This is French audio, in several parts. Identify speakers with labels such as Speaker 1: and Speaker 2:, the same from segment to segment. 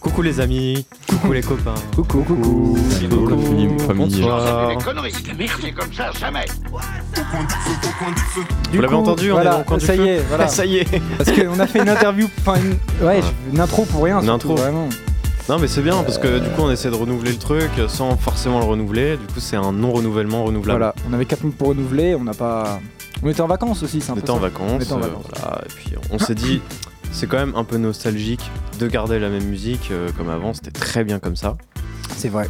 Speaker 1: Coucou les amis, coucou les copains.
Speaker 2: Coucou, coucou.
Speaker 1: Coucou,
Speaker 3: la famille- famille.
Speaker 1: bonsoir.
Speaker 4: Conneries, c'est merde comme ça, jamais.
Speaker 1: Vous l'avez entendu, on
Speaker 2: voilà,
Speaker 1: est dans le coin du
Speaker 2: ça
Speaker 1: feu.
Speaker 2: y est, voilà.
Speaker 1: ça y est.
Speaker 2: Parce qu'on a fait une interview, enfin une, ouais, je- une intro pour rien.
Speaker 1: Une
Speaker 2: surtout,
Speaker 1: intro.
Speaker 2: Vraiment.
Speaker 1: Non mais c'est bien parce que du coup on essaie de renouveler le truc sans forcément le renouveler. Du coup c'est un non renouvellement renouvelable.
Speaker 2: Voilà, on avait 4 minutes pour renouveler, on n'a pas. On était en vacances aussi, c'est un
Speaker 1: On
Speaker 2: peu.
Speaker 1: était en
Speaker 2: ça.
Speaker 1: vacances.
Speaker 2: On était en
Speaker 1: euh,
Speaker 2: vacances.
Speaker 1: voilà, et puis on s'est dit c'est quand même un peu nostalgique de garder la même musique euh, comme avant. C'était très bien comme ça.
Speaker 2: C'est vrai.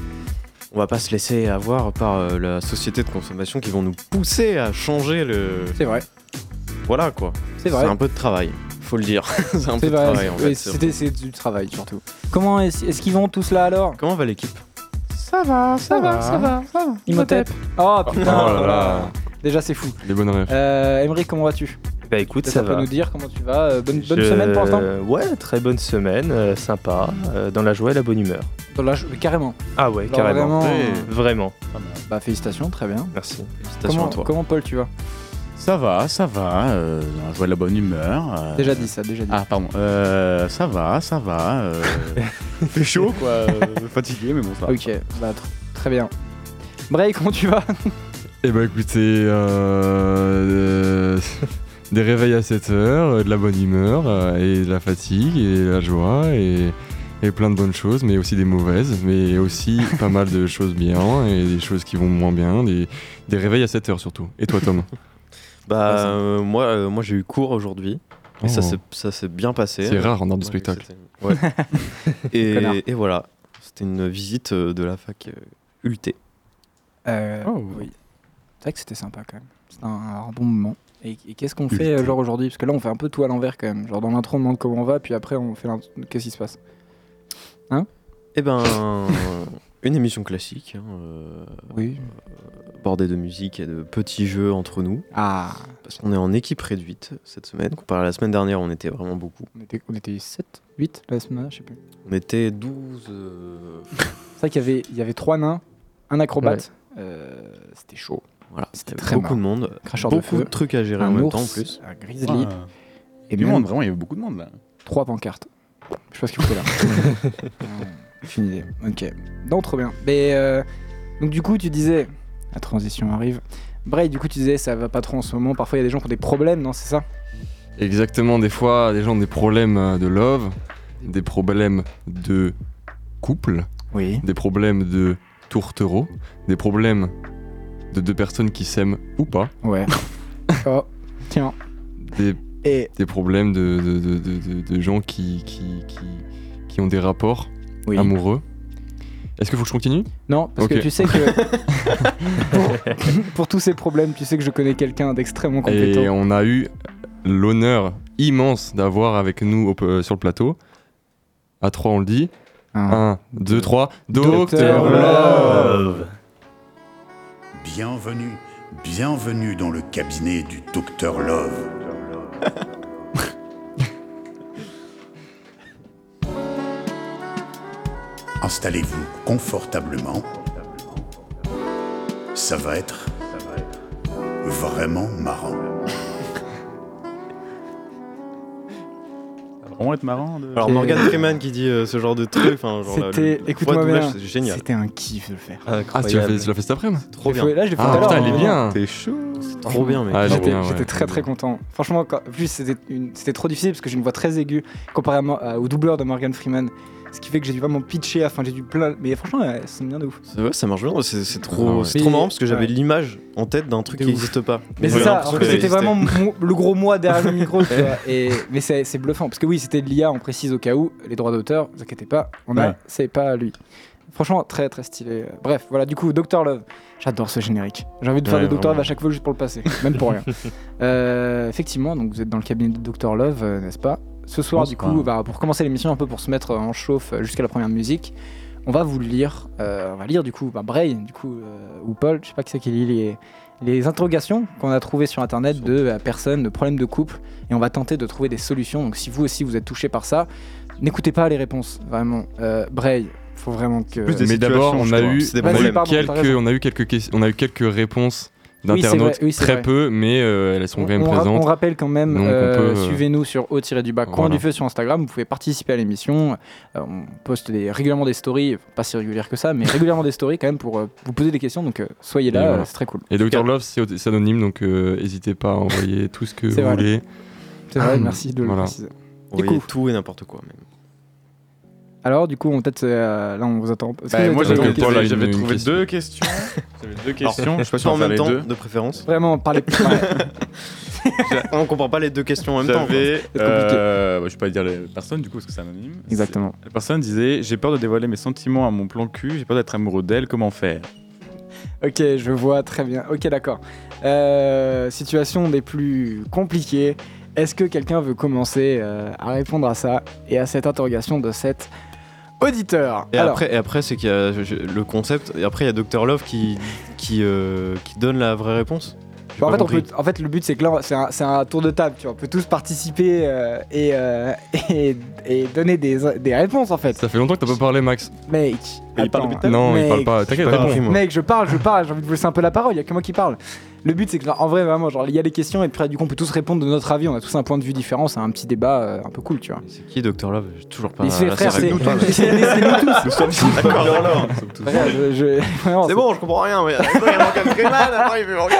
Speaker 1: On va pas se laisser avoir par euh, la société de consommation qui vont nous pousser à changer le.
Speaker 2: C'est vrai.
Speaker 1: Voilà quoi.
Speaker 2: C'est
Speaker 1: C'est
Speaker 2: vrai.
Speaker 1: un peu de travail, faut le dire. c'est un peu
Speaker 2: C'est
Speaker 1: de
Speaker 2: vrai.
Speaker 1: travail en
Speaker 2: c'est-
Speaker 1: fait. c'est-
Speaker 2: C'était c'est du travail surtout. Comment est-ce est-ce qu'ils vont tous là alors
Speaker 1: Comment va l'équipe
Speaker 2: Ça va, ça
Speaker 5: va, ça
Speaker 2: va, ça va. Imhotep. Oh putain.
Speaker 3: Oh là là.
Speaker 2: Déjà c'est fou.
Speaker 3: Des bonnes rêves.
Speaker 2: Euh, Emery, comment vas-tu
Speaker 5: Bah écoute,
Speaker 2: Peut-être
Speaker 5: ça
Speaker 2: on peut
Speaker 5: va.
Speaker 2: nous dire comment tu vas. Euh, Bonne, bonne
Speaker 5: Je-
Speaker 2: semaine pour l'instant.
Speaker 5: Ouais, très bonne semaine, euh, sympa, euh, dans la joie et la bonne humeur.
Speaker 2: Dans la- mais Carrément.
Speaker 5: Ah ouais,
Speaker 2: Genre
Speaker 5: carrément.
Speaker 2: Vraiment.
Speaker 1: Oui.
Speaker 2: euh,
Speaker 5: Vraiment.
Speaker 2: Bah félicitations, très bien.
Speaker 5: Merci.
Speaker 1: Félicitations
Speaker 2: Comment,
Speaker 1: à toi.
Speaker 2: comment Paul tu vas
Speaker 6: Ça va, ça va, euh, dans la joie de la bonne humeur. euh,
Speaker 2: Déjà dit ça, déjà dit.
Speaker 6: Ah, pardon. Euh, ça va, ça va. euh, Il fait chaud, quoi. euh, fatigué, mais bon, ça va.
Speaker 2: Ok, bah tr- très bien. Bray, comment tu vas
Speaker 3: Eh bah écoutez, euh, euh, des réveils à 7 heures, euh, de la bonne humeur, euh, et de la fatigue, et la joie, et, et plein de bonnes choses, mais aussi des mauvaises, mais aussi pas mal de choses bien, et des choses qui vont moins bien, des, des réveils à 7 heures surtout. Et toi Tom
Speaker 1: Bah
Speaker 3: Vas-y.
Speaker 1: euh, moi, euh, moi j'ai eu cours aujourd'hui et ça
Speaker 3: Oh.
Speaker 1: s'est- ça s'est bien passé.
Speaker 3: C'est rare en art
Speaker 1: Ouais,
Speaker 3: du spectacle.
Speaker 1: c'était- ouais.
Speaker 2: Connard.
Speaker 1: et, et voilà, c'était une visite euh, de la fac euh, Ulté.
Speaker 2: Euh,
Speaker 6: Oh.
Speaker 2: Oui. C'est vrai que c'était sympa quand même. C'était un, un bon moment. Et, et qu'est-ce qu'on fait euh, genre aujourd'hui Parce que là on fait un peu tout à l'envers quand même. Genre dans l'intro on demande comment on va, puis après on fait l'int- qu'est-ce qui se passe.
Speaker 1: Et ben euh, une émission classique, hein, euh,
Speaker 2: Oui.
Speaker 1: bordée de musique et de petits jeux entre nous.
Speaker 2: Ah,
Speaker 1: Parce qu'on est en équipe réduite cette semaine. Comparé à la semaine dernière, on était vraiment beaucoup.
Speaker 2: on était, on était 7, 8 la semaine, dernière, je sais plus.
Speaker 1: On était 12. euh,
Speaker 2: C'est vrai qu'il y avait, il y avait 3 nains, un acrobate. Euh, c'était chaud.
Speaker 1: voilà,
Speaker 2: C'était
Speaker 1: Il y avait
Speaker 2: très
Speaker 1: beaucoup
Speaker 2: marrant.
Speaker 1: de monde.
Speaker 2: Cracheur de
Speaker 1: beaucoup de,
Speaker 2: feu.
Speaker 1: trucs à gérer en
Speaker 2: un
Speaker 1: même
Speaker 2: ours,
Speaker 1: temps en plus.
Speaker 2: un grizzly
Speaker 6: Ah,
Speaker 2: et
Speaker 6: du
Speaker 2: même
Speaker 6: monde, vraiment, il y avait beaucoup de monde là.
Speaker 2: trois pancartes. Je sais pas ce qu'il faut là. Aucune idée. Ok. Donc trop bien. Mais euh, donc du coup tu disais la transition arrive. Bray, du coup tu disais ça va pas trop en ce moment. Parfois il y a des gens qui ont des problèmes, non C'est ça
Speaker 3: Exactement, des fois les gens ont des problèmes euh, de love, des problèmes de couple,
Speaker 2: Oui.
Speaker 3: des problèmes de tourtereau, des problèmes de deux personnes qui s'aiment ou pas,
Speaker 2: Ouais. oh tiens.
Speaker 3: des,
Speaker 2: Et
Speaker 3: des problèmes de, de- de- de- de- de gens qui, qui, qui- qui ont des rapports
Speaker 2: oui.
Speaker 3: amoureux. Est-ce qu'il faut que je continue
Speaker 2: Non, parce que
Speaker 3: Ok.
Speaker 2: tu sais que pour, pour tous ces problèmes, tu sais que je connais quelqu'un d'extrêmement compétent.
Speaker 3: Et on a eu l'honneur immense d'avoir avec nous au p- euh, sur le plateau, à trois on le dit,
Speaker 2: Un-
Speaker 3: 1, 2, 3,
Speaker 2: Docteur
Speaker 3: Docteur Love
Speaker 7: Bienvenue, bienvenue dans le cabinet du Docteur Love. Installez-vous confortablement. Ça va être vraiment marrant.
Speaker 6: Ça va vraiment être marrant. De...
Speaker 1: Alors
Speaker 2: Et-
Speaker 1: Morgan Freeman qui dit euh, ce genre de truc, enfin genre la-
Speaker 2: C'était,
Speaker 1: le- la
Speaker 2: écoute-moi
Speaker 1: voix de
Speaker 2: bien.
Speaker 1: Flash, c'est génial.
Speaker 2: C'était un kiff de le faire.
Speaker 3: Ah, tu l'as fait, tu l'as fait cet après-midi
Speaker 1: Trop
Speaker 2: Je
Speaker 1: bien,
Speaker 2: l'ai fait- Là, je l'ai fait tout
Speaker 3: Ah
Speaker 2: à l'heure,
Speaker 3: putain,
Speaker 2: hein,
Speaker 3: il est
Speaker 2: vraiment.
Speaker 3: bien
Speaker 6: T'es chaud.
Speaker 1: trop bien mec.
Speaker 3: Ah,
Speaker 2: J'étais
Speaker 3: j'étais-
Speaker 2: j'étais très
Speaker 3: ouais, très
Speaker 2: très content. Franchement, quand, en plus c'était une- c'était trop difficile parce que j'ai une voix très aiguë comparé à mo- à- au doubleur de Morgan Freeman. Ce qui fait que j'ai dû vraiment pitcher, enfin j'ai dû plein. Mais franchement, euh, c'est bien de ouf.
Speaker 1: C'est- ouais, ça marche bien, c'est c'est trop,
Speaker 3: Ah ouais.
Speaker 1: c'est trop
Speaker 2: Mais-
Speaker 1: marrant parce que
Speaker 2: ouais.
Speaker 1: j'avais l'image en tête d'un truc
Speaker 2: De
Speaker 1: qui
Speaker 2: ouf.
Speaker 1: n'existe pas.
Speaker 2: Mais c'est
Speaker 1: J'avais
Speaker 2: ça,
Speaker 1: l'impression
Speaker 2: en fait,
Speaker 1: que ça
Speaker 2: c'était
Speaker 1: existait.
Speaker 2: vraiment mon- le gros moi derrière le micro, tu vois. Et, mais c'est c'est bluffant parce que oui, c'était de l'IA, on précise au cas où, les droits d'auteur, vous inquiétez pas, on a,
Speaker 6: Ouais.
Speaker 2: c'est pas lui. Franchement, très très stylé. Bref, voilà, du coup, Doctor Love, j'adore ce générique. J'ai envie de faire
Speaker 3: Ouais,
Speaker 2: le Doctor Love
Speaker 3: vraiment.
Speaker 2: à chaque fois juste pour le passer, même pour rien. Euh, effectivement, donc vous êtes dans le cabinet de Doctor Love, euh, n'est-ce pas Ce soir,
Speaker 6: pense
Speaker 2: du
Speaker 6: pas.
Speaker 2: coup, bah, pour commencer l'émission un peu, pour se mettre en chauffe euh, jusqu'à la première musique, on va vous lire, euh, on va lire du coup, bah, Bray, du coup, euh, ou Paul, je sais pas qui c'est qui lit les, les interrogations qu'on a trouvées sur internet de euh, personnes, de problèmes de couple, et on va tenter de trouver des solutions. Donc si vous aussi vous êtes touché par ça, n'écoutez pas les réponses, vraiment. Euh, Bray, faut vraiment que.
Speaker 6: plus des
Speaker 3: Mais d'abord,
Speaker 6: situations,
Speaker 3: on
Speaker 6: je
Speaker 3: a
Speaker 6: crois.
Speaker 3: eu
Speaker 1: C'est des
Speaker 2: Vas-y,
Speaker 1: problèmes.
Speaker 2: pardon, t'as
Speaker 3: quelques,
Speaker 2: raison.
Speaker 3: on a eu quelques, ques- on a eu quelques réponses
Speaker 2: Oui, c'est vrai,
Speaker 3: d'internautes,
Speaker 2: oui, c'est
Speaker 3: très
Speaker 2: vrai.
Speaker 3: peu, mais euh, elles sont quand même
Speaker 2: on, on ra-
Speaker 3: présentes.
Speaker 2: on rappelle quand même,
Speaker 3: Donc, on
Speaker 2: euh,
Speaker 3: peut, euh,
Speaker 2: suivez-nous sur au du bas coin
Speaker 3: voilà.
Speaker 2: du feu sur Instagram, vous pouvez participer à l'émission. Euh, on poste des- régulièrement des stories, enfin, pas si régulières que ça, mais régulièrement des stories quand même pour euh, vous poser des questions. Donc euh, soyez là,
Speaker 3: Et voilà.
Speaker 2: euh, c'est très cool.
Speaker 3: Et Dr Love, c'est c'est anonyme, donc euh, n'hésitez pas à envoyer tout ce que
Speaker 2: C'est
Speaker 3: vous
Speaker 2: vrai.
Speaker 3: voulez.
Speaker 2: C'est vrai, merci de le
Speaker 3: Voilà.
Speaker 2: préciser.
Speaker 1: On
Speaker 2: Du
Speaker 1: voyait
Speaker 2: coup.
Speaker 1: tout et n'importe quoi. Même.
Speaker 2: Alors du coup, on peut-être euh, là on vous attend. Est-ce que vous avez
Speaker 6: Bah, moi,
Speaker 2: des
Speaker 3: j'avais-
Speaker 6: j'avais
Speaker 2: questions
Speaker 3: Paul a une-
Speaker 6: j'avais
Speaker 3: une
Speaker 6: trouvé
Speaker 3: question.
Speaker 6: deux questions. J'avais deux questions.
Speaker 1: Alors,
Speaker 6: je sais pas si
Speaker 1: pas
Speaker 6: on
Speaker 1: en
Speaker 6: va faire
Speaker 1: même
Speaker 6: les
Speaker 1: temps,
Speaker 6: deux.
Speaker 1: de préférence.
Speaker 2: Vraiment, parlez.
Speaker 1: On comprend pas les deux questions en même temps. quoi.
Speaker 6: J'avais.
Speaker 2: compliqué.
Speaker 6: euh, bah, Je vais pas dire les personnes du coup, parce que c'est anonyme.
Speaker 2: Exactement.
Speaker 6: La personne disait J'ai peur de dévoiler mes sentiments à mon plan cul, j'ai peur d'être amoureux d'elle, comment faire
Speaker 2: Ok, je vois très bien. Ok, d'accord. Euh, situation des plus compliquées. Est-ce que quelqu'un veut commencer euh, à répondre à ça et à cette interrogation de cet auditeur
Speaker 1: Et
Speaker 2: Alors,
Speaker 1: après, et après c'est qu'il y a je- je- le concept. Et après, il y a Dr Love qui, qui, euh, qui donne la vraie réponse. J'ai
Speaker 2: Bah, en
Speaker 1: pas
Speaker 2: fait, on
Speaker 1: compris.
Speaker 2: peut- en fait, le but c'est que là, c'est un, c'est un tour de table. Tu vois, on peut tous participer euh, et, euh, et, et donner des, des réponses en fait.
Speaker 3: Ça fait longtemps que t'as pas parlé, Max.
Speaker 2: Mec, attends.
Speaker 3: Non, il
Speaker 2: Mec,
Speaker 3: parle pas. T'inquiète,
Speaker 1: J'ai pas
Speaker 3: réponds.
Speaker 1: compris, moi.
Speaker 2: Mec, je parle, je parle, j'ai envie de vous laisser un peu la parole, il y a que moi qui parle. Le but c'est que genre, en vrai vraiment genre il y a des questions et puis après, du coup on peut tous répondre de notre avis, on a tous un point de vue différent, c'est un petit débat euh, un peu cool, tu vois.
Speaker 1: C'est qui Dr Love J'ai toujours pas.
Speaker 2: Mais c'est
Speaker 1: la
Speaker 2: frère,
Speaker 1: source.
Speaker 2: c'est
Speaker 6: hein,
Speaker 2: c'est- laissez-nous tous.
Speaker 6: Oh.
Speaker 2: Frère, je- je- vraiment,
Speaker 1: C'est bon, je comprends rien. Mais... euh,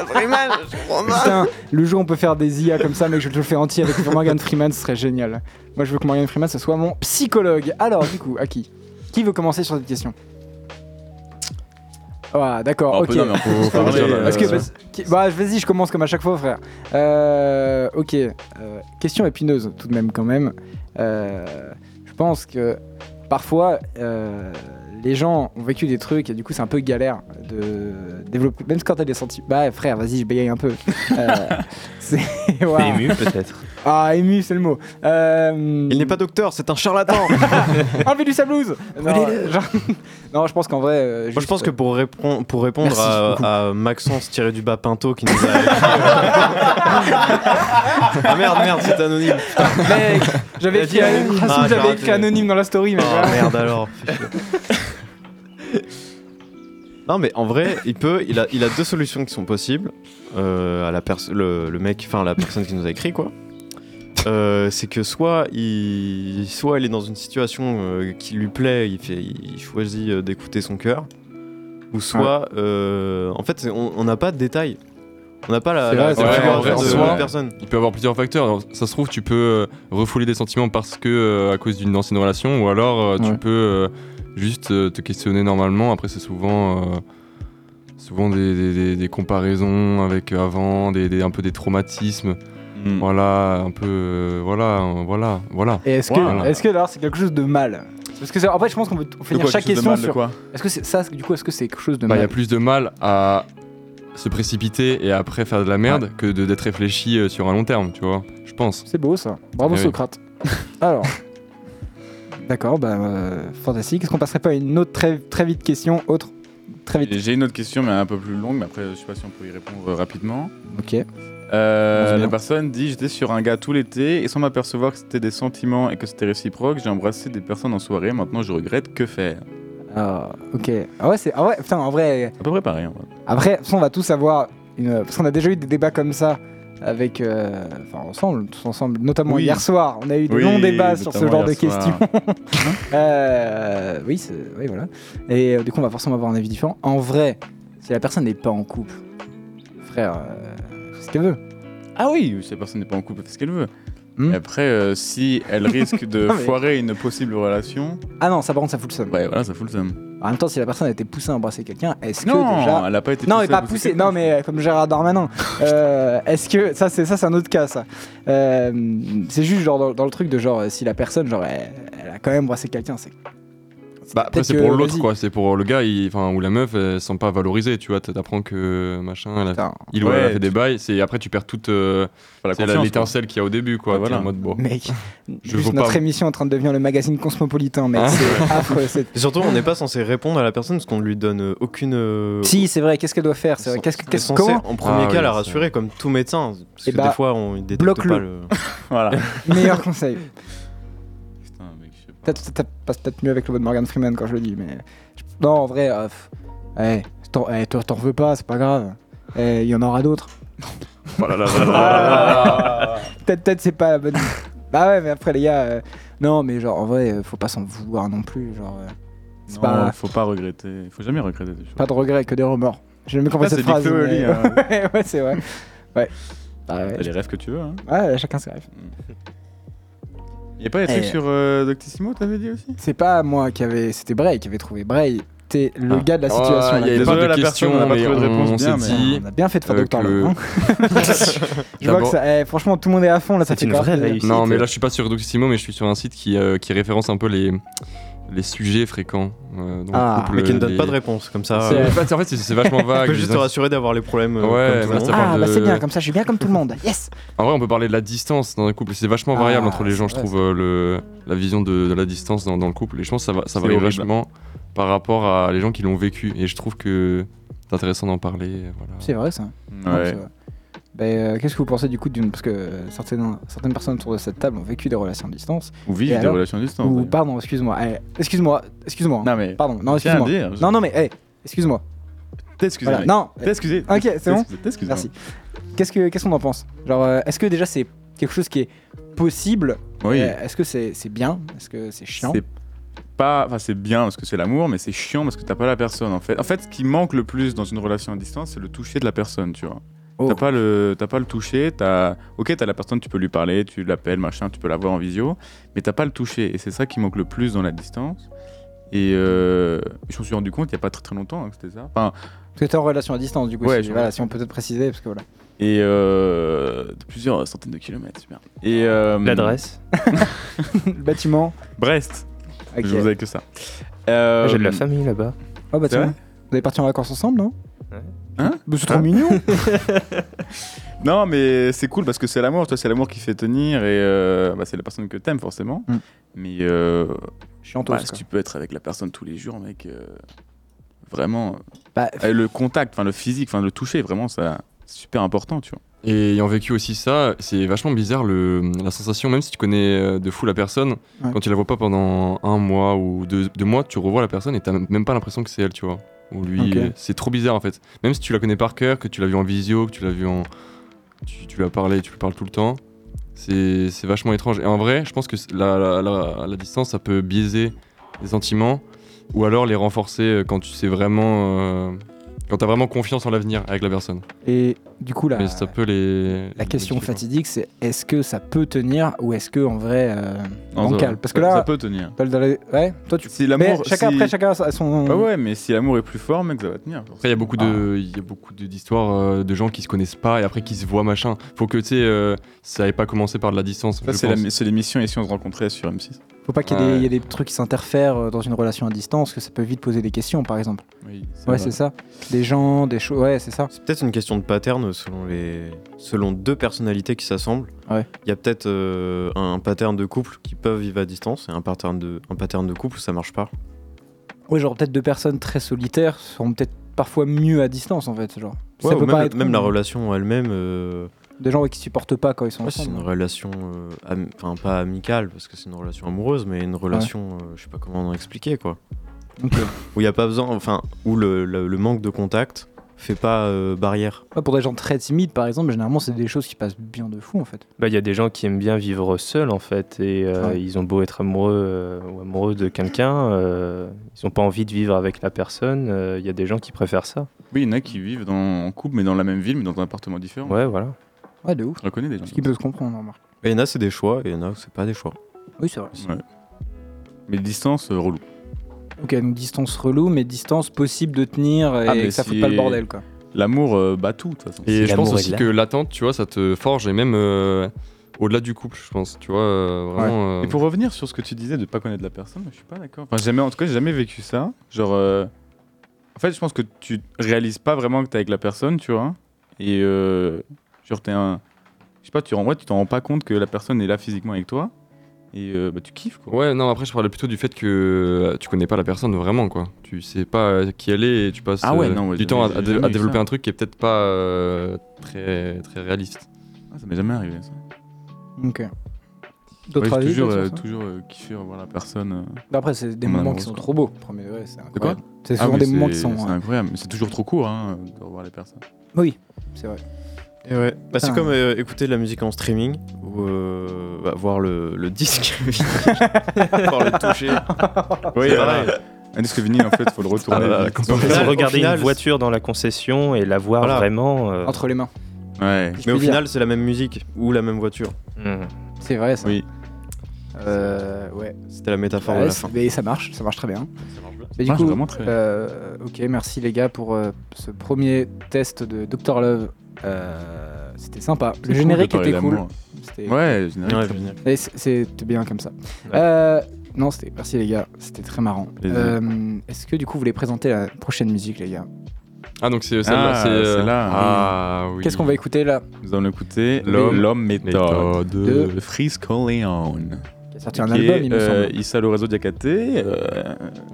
Speaker 2: Putain, le jour où on peut faire des IA comme ça mais que je te le fais entier avec Morgan Freeman, ce serait génial. Moi je veux que Morgan Freeman ce soit mon psychologue. Alors du coup, à qui Qui veut commencer sur cette question Ah d'accord,
Speaker 6: Alors,
Speaker 2: ok.
Speaker 6: peut- non, mais on peut- on peut
Speaker 3: Parce
Speaker 6: parler,
Speaker 3: que-
Speaker 6: euh,
Speaker 2: Parce que,
Speaker 3: Euh,
Speaker 2: parce- qui- bah, vas-y, je commence comme à chaque fois, frère. Euh, ok, euh, question épineuse tout de même quand même. Euh, je pense que parfois euh, les gens ont vécu des trucs et du coup c'est un peu galère de développer. Même quand t'as des sentiments. Bah frère, vas-y, je bégaye un peu. Euh, c'est waouh.
Speaker 5: ému peut-être.
Speaker 2: Ah ému, c'est le mot. Euh,
Speaker 1: Il n'est pas docteur, c'est un charlatan.
Speaker 2: Enlevez-lui sa blouse. Non, genre- non, je pense qu'en vrai. euh,
Speaker 1: Moi, je
Speaker 2: juste-
Speaker 1: pense que pour, répon- pour répondre
Speaker 2: Merci
Speaker 1: à, à Maxence tiré du bas Pinto qui nous a. euh, ah merde, merde, c'est anonyme.
Speaker 2: Mec, euh, j'avais
Speaker 1: Il a
Speaker 2: écrit,
Speaker 1: dit anonyme.
Speaker 2: Ah, si,
Speaker 1: Ah, j'ai
Speaker 2: j'avais
Speaker 1: raté.
Speaker 2: écrit anonyme dans la story, mais.
Speaker 1: Oh
Speaker 2: voilà.
Speaker 1: merde alors. Non mais en vrai, il peut, il a, il a deux solutions qui sont possibles euh, à la pers- le, le mec, enfin la personne qui nous a écrit quoi. Euh, c'est que soit il, soit il est dans une situation euh, qui lui plaît, il fait, il choisit euh, d'écouter son cœur, ou soit, euh, en fait, c'est- on on n'a pas de détails, on n'a pas la,
Speaker 2: C'est
Speaker 1: la
Speaker 2: vrai, c'est
Speaker 1: la
Speaker 3: vrai,
Speaker 1: figure
Speaker 3: en vrai,
Speaker 1: de
Speaker 3: en soi-
Speaker 1: la personne.
Speaker 3: Il peut y avoir plusieurs facteurs. Alors, ça se trouve, tu peux euh, refouler des sentiments parce que euh, à cause d'une ancienne relation, ou alors euh, tu
Speaker 2: Ouais.
Speaker 3: peux euh, juste euh, te questionner normalement. Après, c'est souvent, euh, souvent des, des- des- des comparaisons avec avant, des, des- un peu des traumatismes.
Speaker 6: Mm.
Speaker 3: Voilà, un peu, euh, voilà, euh, voilà, voilà.
Speaker 2: Et est-ce que,
Speaker 3: Voilà.
Speaker 2: est-ce que alors c'est quelque chose de mal Parce que c'est- en fait, je pense qu'on peut t-
Speaker 6: De
Speaker 2: finir
Speaker 6: quoi,
Speaker 2: chaque
Speaker 6: quelque chose de
Speaker 2: question
Speaker 6: mal, de
Speaker 2: sur.
Speaker 6: quoi
Speaker 2: Est-ce que c'est ça Du coup, est-ce que c'est quelque chose de
Speaker 3: Bah, Il y a
Speaker 2: mal
Speaker 3: plus de mal à se précipiter et après faire de la merde que de- d'être réfléchi euh, sur un long terme, tu vois. Je pense.
Speaker 2: C'est beau ça. Bravo
Speaker 3: Eh oui.
Speaker 2: Socrate. alors. D'accord, bah euh, fantastique. Est-ce qu'on passerait pas à une autre très très vite question autre très vite
Speaker 6: Et J'ai une autre question, mais un peu plus longue, mais après, je sais pas si on peut y répondre euh, rapidement.
Speaker 2: Ok.
Speaker 6: Euh,
Speaker 2: Vas-y, bien.
Speaker 6: la personne dit J'étais sur un gars tout l'été et sans m'apercevoir que c'était des sentiments et que c'était réciproque, j'ai embrassé des personnes en soirée, maintenant je regrette, que faire
Speaker 2: Ah, ok. Ah ouais, c'est ah ouais. Putain, en vrai.
Speaker 6: À peu près pareil en vrai.
Speaker 2: Après, de toute façon, on va tous avoir une. Parce qu'on a déjà eu des débats comme ça avec. euh, Enfin, ensemble, tous ensemble, notamment
Speaker 6: Oui.
Speaker 2: hier soir. On a eu des
Speaker 6: Oui,
Speaker 2: longs débats sur ce
Speaker 6: notamment
Speaker 2: genre de
Speaker 6: hier soir.
Speaker 2: questions. Euh, oui, c'est- oui, voilà. Et euh, du coup, on va forcément avoir un avis différent. En vrai, si la personne n'est pas en couple, frère, euh, c'est ce qu'elle veut.
Speaker 6: Ah oui, si la personne n'est pas en couple, elle fait ce qu'elle veut.
Speaker 2: Hmm.
Speaker 6: Et après, euh, si elle risque de
Speaker 2: Ah, mais-
Speaker 6: foirer une possible relation,
Speaker 2: Ah non, ça par contre, ça fout le seum.
Speaker 6: ouais, voilà, ça fout le seum.
Speaker 2: En même temps, si la personne a été poussée à embrasser quelqu'un, est-ce que
Speaker 6: Non,
Speaker 2: déjà.
Speaker 6: elle a pas été
Speaker 2: Non,
Speaker 6: poussée
Speaker 2: mais
Speaker 6: à
Speaker 2: pas
Speaker 6: bosser
Speaker 2: poussée,
Speaker 6: quelque
Speaker 2: non,
Speaker 6: chose.
Speaker 2: mais euh, comme Gérard Darmanin. Euh, est-ce que. Ça, c'est ça, c'est un autre cas, ça. Euh, c'est juste genre dans, dans le truc de genre, euh, si la personne, genre, elle, elle a quand même embrassé quelqu'un, c'est.
Speaker 3: Bah, après,
Speaker 2: peut-être
Speaker 3: c'est
Speaker 2: que-
Speaker 3: pour l'autre,
Speaker 2: vas-y.
Speaker 3: quoi. C'est pour le gars il- enfin, ou la meuf, elle se sent pas valorisée, tu vois. T'apprends que machin, elle a-
Speaker 2: Putain,
Speaker 3: il ou elle a
Speaker 6: Ouais,
Speaker 3: fait
Speaker 6: tu-
Speaker 3: des bails. c'est- Après, tu perds toute euh,
Speaker 6: Enfin, la
Speaker 3: c'est la-
Speaker 6: confiance, quoi.
Speaker 3: l'étincelle qu'il y a au début,
Speaker 6: Ah,
Speaker 3: quoi. T'es
Speaker 2: Bah,
Speaker 6: voilà.
Speaker 3: en mode, bon.
Speaker 2: mec.
Speaker 3: Je
Speaker 2: juste
Speaker 3: vaux
Speaker 2: notre
Speaker 3: pas-
Speaker 2: émission est en train de devenir le magazine cosmopolitain, mec.
Speaker 3: Hein
Speaker 2: c'est affreux, c'est
Speaker 1: Et surtout, on n'est pas censé répondre à la personne parce qu'on ne lui donne euh, aucune. euh,
Speaker 2: Si, c'est vrai, qu'est-ce qu'elle doit faire C'est vrai,
Speaker 1: Sans-
Speaker 2: qu'est-ce que.
Speaker 1: T'es
Speaker 2: qu'est-ce-
Speaker 1: censé
Speaker 2: Comment
Speaker 1: en premier
Speaker 3: Ah oui,
Speaker 1: cas la
Speaker 3: c'est-
Speaker 1: rassurer comme tout médecin parce
Speaker 2: Eh
Speaker 1: que
Speaker 2: bah,
Speaker 1: des fois on il détecte
Speaker 2: bloque-le.
Speaker 1: pas le
Speaker 6: Voilà.
Speaker 2: Meilleur conseil.
Speaker 6: Putain, mec, je sais pas.
Speaker 2: Peut-être ça passe peut-être mieux avec le mot de Morgan Freeman quand je le dis, mais. je- Non, en vrai, euh, pff, ouais, t'en eh, toi, t'en veux pas, c'est pas grave. Euh, Il y en aura d'autres.
Speaker 6: Oh
Speaker 2: Ah. Peut-être, peut-être c'est pas la bonne. bah ouais, mais après les gars, euh, non, mais genre en vrai, euh, faut pas s'en vouloir non plus. Genre, euh, c'est
Speaker 6: Non,
Speaker 2: pas-
Speaker 6: faut pas regretter. Il faut jamais regretter des choses.
Speaker 2: pas de regrets, que des remords. J'ai jamais compris
Speaker 6: Putain,
Speaker 2: cette
Speaker 6: c'est Big
Speaker 2: phrase.
Speaker 6: Flo Oli,
Speaker 2: mais-
Speaker 6: hein.
Speaker 2: ouais, ouais, c'est vrai. Ouais. Bah
Speaker 6: T'as
Speaker 2: ouais.
Speaker 6: les rêves que tu veux. Hein.
Speaker 2: Ouais, chacun ses rêves.
Speaker 6: Il a pas des trucs
Speaker 2: Eh.
Speaker 6: sur euh, Doctissimo, t'avais dit aussi
Speaker 2: C'est pas moi qui avait, c'était Bray qui avait trouvé. Bray, t'es le
Speaker 3: Ah.
Speaker 2: gars de la situation. là.
Speaker 3: Oh, Il y avait
Speaker 6: Désolé à
Speaker 3: pas de
Speaker 6: la personne, on
Speaker 3: question,
Speaker 6: n'a pas
Speaker 3: mais
Speaker 6: trouvé de réponse
Speaker 3: on s'est
Speaker 6: bien, mais-
Speaker 3: dit.
Speaker 2: On a bien fait de faire
Speaker 3: euh,
Speaker 2: Docteur
Speaker 3: que-
Speaker 2: Love, hein. Je vois que
Speaker 3: D'abord-
Speaker 2: ça- eh, franchement, tout le monde est à fond là. Ça
Speaker 5: C'est
Speaker 2: fait Euh,
Speaker 5: une
Speaker 2: grave
Speaker 5: vraie
Speaker 2: plaisir.
Speaker 5: réussite.
Speaker 3: Non, mais là, je suis pas sur Doctissimo, mais je suis sur un site qui, euh, qui référence un peu les, les sujets fréquents. euh, dans le
Speaker 2: Ah,
Speaker 3: couple,
Speaker 1: Mais qui ne donne
Speaker 3: les-
Speaker 1: pas de réponse, comme ça.
Speaker 3: C'est-
Speaker 1: euh,
Speaker 3: en fait, c'est- c'est vachement
Speaker 1: Tu
Speaker 3: vague.
Speaker 1: peux juste
Speaker 3: les
Speaker 1: te
Speaker 3: ins-
Speaker 1: rassurer d'avoir les problèmes. euh,
Speaker 3: Ouais,
Speaker 1: comme tout le
Speaker 3: ça,
Speaker 1: monde.
Speaker 3: ça parle
Speaker 2: Ah bah
Speaker 3: de-
Speaker 2: c'est bien, comme ça je suis bien comme tout le monde. Yes.
Speaker 3: En vrai, on peut parler de la distance dans un couple. C'est vachement
Speaker 2: Ah,
Speaker 3: variable entre les gens,
Speaker 2: c'est
Speaker 3: je
Speaker 2: vrai,
Speaker 3: trouve, euh, le, la vision de, de la distance dans, dans le couple. Et je pense que ça, va, ça
Speaker 6: C'est
Speaker 3: varie
Speaker 6: horrible.
Speaker 3: vachement par rapport à les gens qui l'ont vécu. Et je trouve que c'est intéressant d'en parler. euh, Voilà.
Speaker 2: C'est vrai ça. Non, c'est vrai. Ben, euh, qu'est-ce que vous pensez du coup d'une parce que euh, certaines certaines personnes autour de cette table ont vécu des relations à distance
Speaker 6: Ou
Speaker 2: Et
Speaker 6: vivre des
Speaker 2: alors
Speaker 6: relations à distance.
Speaker 2: ou
Speaker 6: d'ailleurs.
Speaker 2: pardon excuse-moi eh, excuse-moi excuse-moi
Speaker 6: Oh, Non, mais.
Speaker 2: pardon non
Speaker 6: je tiens à
Speaker 2: excuse-moi
Speaker 6: dire, je-
Speaker 2: non non mais eh, excuse-moi
Speaker 6: T'excuses.
Speaker 2: Voilà,
Speaker 6: mec.
Speaker 2: non eh,
Speaker 6: T'excuses.
Speaker 2: Ok, c'est bon
Speaker 6: T'excuses, T'excuses. hein.
Speaker 2: merci qu'est-ce que qu'est-ce qu'on en pense genre euh, est-ce que déjà c'est quelque chose qui est possible
Speaker 6: Oui.
Speaker 2: Euh, Est-ce que c'est c'est bien Est-ce que c'est chiant
Speaker 6: C'est pas, enfin c'est bien parce que c'est l'amour, mais c'est chiant parce que t'as pas la personne en fait. En fait, ce qui manque le plus dans une relation à distance, c'est le toucher de la personne, tu vois.
Speaker 2: Oh.
Speaker 6: T'as pas le, t'as pas le toucher. T'as, ok, t'as la personne, tu peux lui parler, tu l'appelles, machin, tu peux la voir en visio, mais t'as pas le toucher. Et c'est ça qui manque le plus dans la distance. Et euh, je m'en suis rendu compte il y a pas très très longtemps hein, que c'était ça. Enfin,
Speaker 2: Parce que t'es en relation à distance, du coup.
Speaker 6: Ouais,
Speaker 2: si,
Speaker 6: je-
Speaker 2: voilà, si on peut peut-être préciser, parce que voilà.
Speaker 6: et euh, de plusieurs centaines de kilomètres, super. Et euh,
Speaker 5: L'adresse
Speaker 2: le bâtiment.
Speaker 6: Brest.
Speaker 2: Ok.
Speaker 6: Je vous avais que ça. Euh,
Speaker 5: J'ai de la famille là-bas.
Speaker 2: Oh, bah
Speaker 6: C'est
Speaker 2: tiens,
Speaker 6: vrai
Speaker 2: vous allez partir en vacances ensemble, non
Speaker 5: Ouais.
Speaker 6: Hein
Speaker 2: Bah, C'est trop mignon
Speaker 6: Non, mais c'est cool parce que c'est l'amour, toi, c'est l'amour qui fait tenir et euh, bah, c'est la personne que t'aimes forcément.
Speaker 2: Mm.
Speaker 6: Mais euh,
Speaker 2: Chiantos,
Speaker 6: bah,
Speaker 2: quoi.
Speaker 6: si tu peux être avec la personne tous les jours, mec, euh, vraiment,
Speaker 2: Bah,
Speaker 6: euh, le contact, enfin le physique, enfin le toucher, vraiment, ça, c'est super important, tu vois.
Speaker 3: Et ayant vécu aussi ça, c'est vachement bizarre le, la sensation, même si tu connais euh, de fou la personne,
Speaker 2: Ouais.
Speaker 3: quand tu la vois pas pendant un mois ou deux, deux mois, tu revois la personne et t'as même pas l'impression que c'est elle, tu vois. Ou lui,
Speaker 2: Ok.
Speaker 3: euh, c'est trop bizarre en fait. Même si tu la connais par cœur, que tu l'as vu en visio, que tu l'as vu en. Tu, tu lui as parlé, tu lui parles tout le temps, c'est c'est vachement étrange. Et en vrai, je pense que c'est- la, la, la- la distance, ça peut biaiser les sentiments ou alors les renforcer euh, quand tu sais vraiment. euh, quand t'as vraiment confiance en l'avenir avec la personne.
Speaker 2: Bah, Et du coup, la,
Speaker 3: Mais ça peut les. hein.
Speaker 2: la question
Speaker 3: les-
Speaker 2: fatidique, c'est est-ce que ça peut tenir ou est-ce que, en vrai, euh,
Speaker 6: Non,
Speaker 2: bancal
Speaker 6: ça-
Speaker 2: Parce que
Speaker 6: ça-
Speaker 2: là,
Speaker 6: ça peut tenir.
Speaker 2: t'as le- dans les- ouais, toi, tu.
Speaker 6: Si
Speaker 2: Mais
Speaker 6: l'amour,
Speaker 2: chacun
Speaker 6: si- Bah
Speaker 2: après, chacun a son.
Speaker 6: Ouais, ouais, mais si l'amour est plus fort, mec, ça va tenir.
Speaker 3: Après, il y a beaucoup de,
Speaker 2: Ah.
Speaker 3: il y a beaucoup de- d'histoires euh, de gens qui se connaissent pas et après qui se voient machin. Faut que tu sais, euh, ça n'avait pas commencé par de la distance.
Speaker 6: Ah. Ça,
Speaker 3: je
Speaker 6: c'est, la-
Speaker 3: pense.
Speaker 6: c'est l'émission et si on se rencontrait sur M6.
Speaker 2: Faut pas qu'il y ait des-
Speaker 3: Ouais.
Speaker 2: il y ait des trucs qui s'interfèrent euh, dans une relation à distance, que ça peut vite poser des questions, par exemple.
Speaker 6: Oui,
Speaker 2: Ouais, c'est ça. Des gens, des choses. Ouais, c'est ça.
Speaker 1: C'est peut-être une question de pattern selon, les... selon deux personnalités qui s'assemblent.
Speaker 2: Ouais.
Speaker 1: Il y a peut-être euh, un, un pattern de couple qui peuvent vivre à distance et un pattern de, un pattern de couple où ça marche pas.
Speaker 2: Ouais, genre peut-être deux personnes très solitaires seront peut-être parfois mieux à distance en fait. Genre.
Speaker 1: Ouais, ou même,
Speaker 2: paraître
Speaker 1: même
Speaker 2: con,
Speaker 1: la
Speaker 2: mais
Speaker 1: relation elle-même, euh,
Speaker 2: Des gens ouais, qui supportent pas quand ils sont
Speaker 1: ouais, c'est une
Speaker 2: ensemble.
Speaker 1: relation, euh, am- enfin pas amicale parce que c'est une relation amoureuse, mais une relation, euh, je sais pas comment en expliquer quoi.
Speaker 2: Ok.
Speaker 1: Où il y a pas besoin, enfin, où le, le- le manque de contact fait pas euh, barrière.
Speaker 2: Ouais, pour des gens très timides par exemple, généralement c'est des choses qui passent bien de fou en fait.
Speaker 5: Bah, il y a des gens qui aiment bien vivre seuls en fait, et euh,
Speaker 2: Ouais.
Speaker 5: ils ont beau être amoureux euh, ou amoureux de quelqu'un, euh, ils n'ont pas envie de vivre avec la personne. euh, Il y a des gens qui préfèrent ça.
Speaker 6: Oui, il y en a qui vivent dans, en couple, mais dans la même ville, mais dans un appartement différent.
Speaker 5: Ouais, voilà.
Speaker 2: Ouais, de ouf.
Speaker 6: Je reconnais des gens.
Speaker 2: Ce qui peut se comprendre, remarque.
Speaker 1: Et il y en a c'est des choix, et il y en a c'est pas des choix.
Speaker 2: Oui, c'est vrai.
Speaker 6: Mais distance, euh, relou.
Speaker 2: Ok, donc distance relou, mais distance possible de tenir et
Speaker 6: Ah, mais
Speaker 2: que ça
Speaker 6: si-
Speaker 2: fout pas le bordel quoi.
Speaker 6: L'amour euh, bat tout, de toute façon.
Speaker 5: Si
Speaker 3: Et je pense
Speaker 5: l'amour est
Speaker 3: aussi
Speaker 5: là.
Speaker 3: que l'attente, tu vois, ça te forge et même euh, au-delà du couple, je pense. Tu vois, euh, vraiment.
Speaker 6: Et
Speaker 3: euh,
Speaker 6: pour revenir sur ce que tu disais de pas connaître la personne, je suis pas d'accord. Enfin, jamais, en tout cas, j'ai jamais vécu ça. Genre, euh, en fait, je pense que tu réalises pas vraiment que t'es avec la personne, tu vois. Et euh, genre, t'es un, je sais pas, tu en vrai, tu t'en rends pas compte que la personne est là physiquement avec toi. Et euh, bah, tu kiffes quoi.
Speaker 3: Ouais, non, après, je parlais plutôt du fait que euh, tu connais pas la personne vraiment, quoi. Tu sais pas euh, qui elle est et tu passes
Speaker 6: Ah ouais,
Speaker 3: euh,
Speaker 6: non, ouais,
Speaker 3: du
Speaker 6: j'ai-
Speaker 3: temps à,
Speaker 6: j'ai
Speaker 3: à dé-
Speaker 6: jamais
Speaker 3: à
Speaker 6: eu
Speaker 3: développer
Speaker 6: ça.
Speaker 3: un truc qui est peut-être pas euh, très, très réaliste.
Speaker 6: Ah, ça m'est jamais arrivé ça.
Speaker 2: Ok. D'autres
Speaker 6: Ouais, j'ai
Speaker 2: avis
Speaker 6: toujours,
Speaker 2: sur
Speaker 6: euh,
Speaker 2: ça
Speaker 6: toujours euh, kiffé revoir la personne. euh.
Speaker 2: Non, Après, c'est des
Speaker 6: Mon
Speaker 2: moments
Speaker 6: amour,
Speaker 2: qui sont
Speaker 6: quoi.
Speaker 2: trop beaux. Premier degré, c'est
Speaker 6: quoi
Speaker 2: incroyable. C'est
Speaker 6: Ah
Speaker 2: souvent
Speaker 6: oui,
Speaker 2: des moments qui
Speaker 6: c'est-
Speaker 2: sont.
Speaker 6: C'est
Speaker 2: euh,
Speaker 6: incroyable. mais C'est toujours trop court hein, de revoir les personnes.
Speaker 2: Oui, c'est vrai.
Speaker 1: Et ouais. Bah, c'est
Speaker 2: Ah.
Speaker 1: comme euh, écouter de la musique en streaming ou euh, bah, voir le, le disque, voir le toucher.
Speaker 6: Oui,
Speaker 1: C'est voilà. vrai.
Speaker 6: Un disque vinyle, en fait, faut le retourner.
Speaker 1: Ah, bah,
Speaker 6: vite.
Speaker 1: Au
Speaker 5: Faut
Speaker 1: final- au
Speaker 5: regarder
Speaker 1: final,
Speaker 5: une voiture dans la concession et la voir
Speaker 1: Voilà.
Speaker 5: vraiment. euh,
Speaker 2: Entre les mains.
Speaker 6: ouais.
Speaker 2: si je
Speaker 1: Mais au
Speaker 2: puis dire.
Speaker 1: final, c'est la même musique ou la même voiture.
Speaker 5: hmm.
Speaker 2: C'est vrai, ça.
Speaker 6: Oui.
Speaker 2: Euh, ouais.
Speaker 1: C'était la métaphore
Speaker 2: Ouais,
Speaker 1: de la
Speaker 2: c'est-
Speaker 1: fin.
Speaker 2: mais ça marche, ça marche très bien. Mais du
Speaker 6: marche
Speaker 2: coup,
Speaker 6: Ah, vraiment très bien.
Speaker 2: euh, ok, merci les gars pour euh, ce premier test de Dr Love. Euh, c'était sympa. Le générique
Speaker 6: Cool de
Speaker 2: était
Speaker 6: parler
Speaker 2: cool.
Speaker 6: d'amour.
Speaker 2: C'était-
Speaker 6: Ouais, le générique.
Speaker 1: Ouais,
Speaker 6: très bien.
Speaker 2: Et c- C'était bien comme ça.
Speaker 5: Ouais.
Speaker 2: Euh, non, c'était merci les gars, c'était très marrant.
Speaker 6: Plaisir.
Speaker 2: Euh, Est-ce que du coup vous voulez présenter la prochaine musique les gars
Speaker 3: Ah, donc c'est celle-là.
Speaker 6: Ah,
Speaker 3: c'est, euh,
Speaker 6: celle-là.
Speaker 3: Ah, oui.
Speaker 2: Qu'est-ce qu'on va écouter là
Speaker 6: Nous allons écouter
Speaker 3: L'homme.
Speaker 6: L'homme méthode.
Speaker 3: Méthode.
Speaker 2: Deux.
Speaker 6: de Frisco Leon.
Speaker 2: Qui a sorti un album, il
Speaker 6: euh,
Speaker 2: me semble.
Speaker 6: Issa Lorenzo Diakate. euh,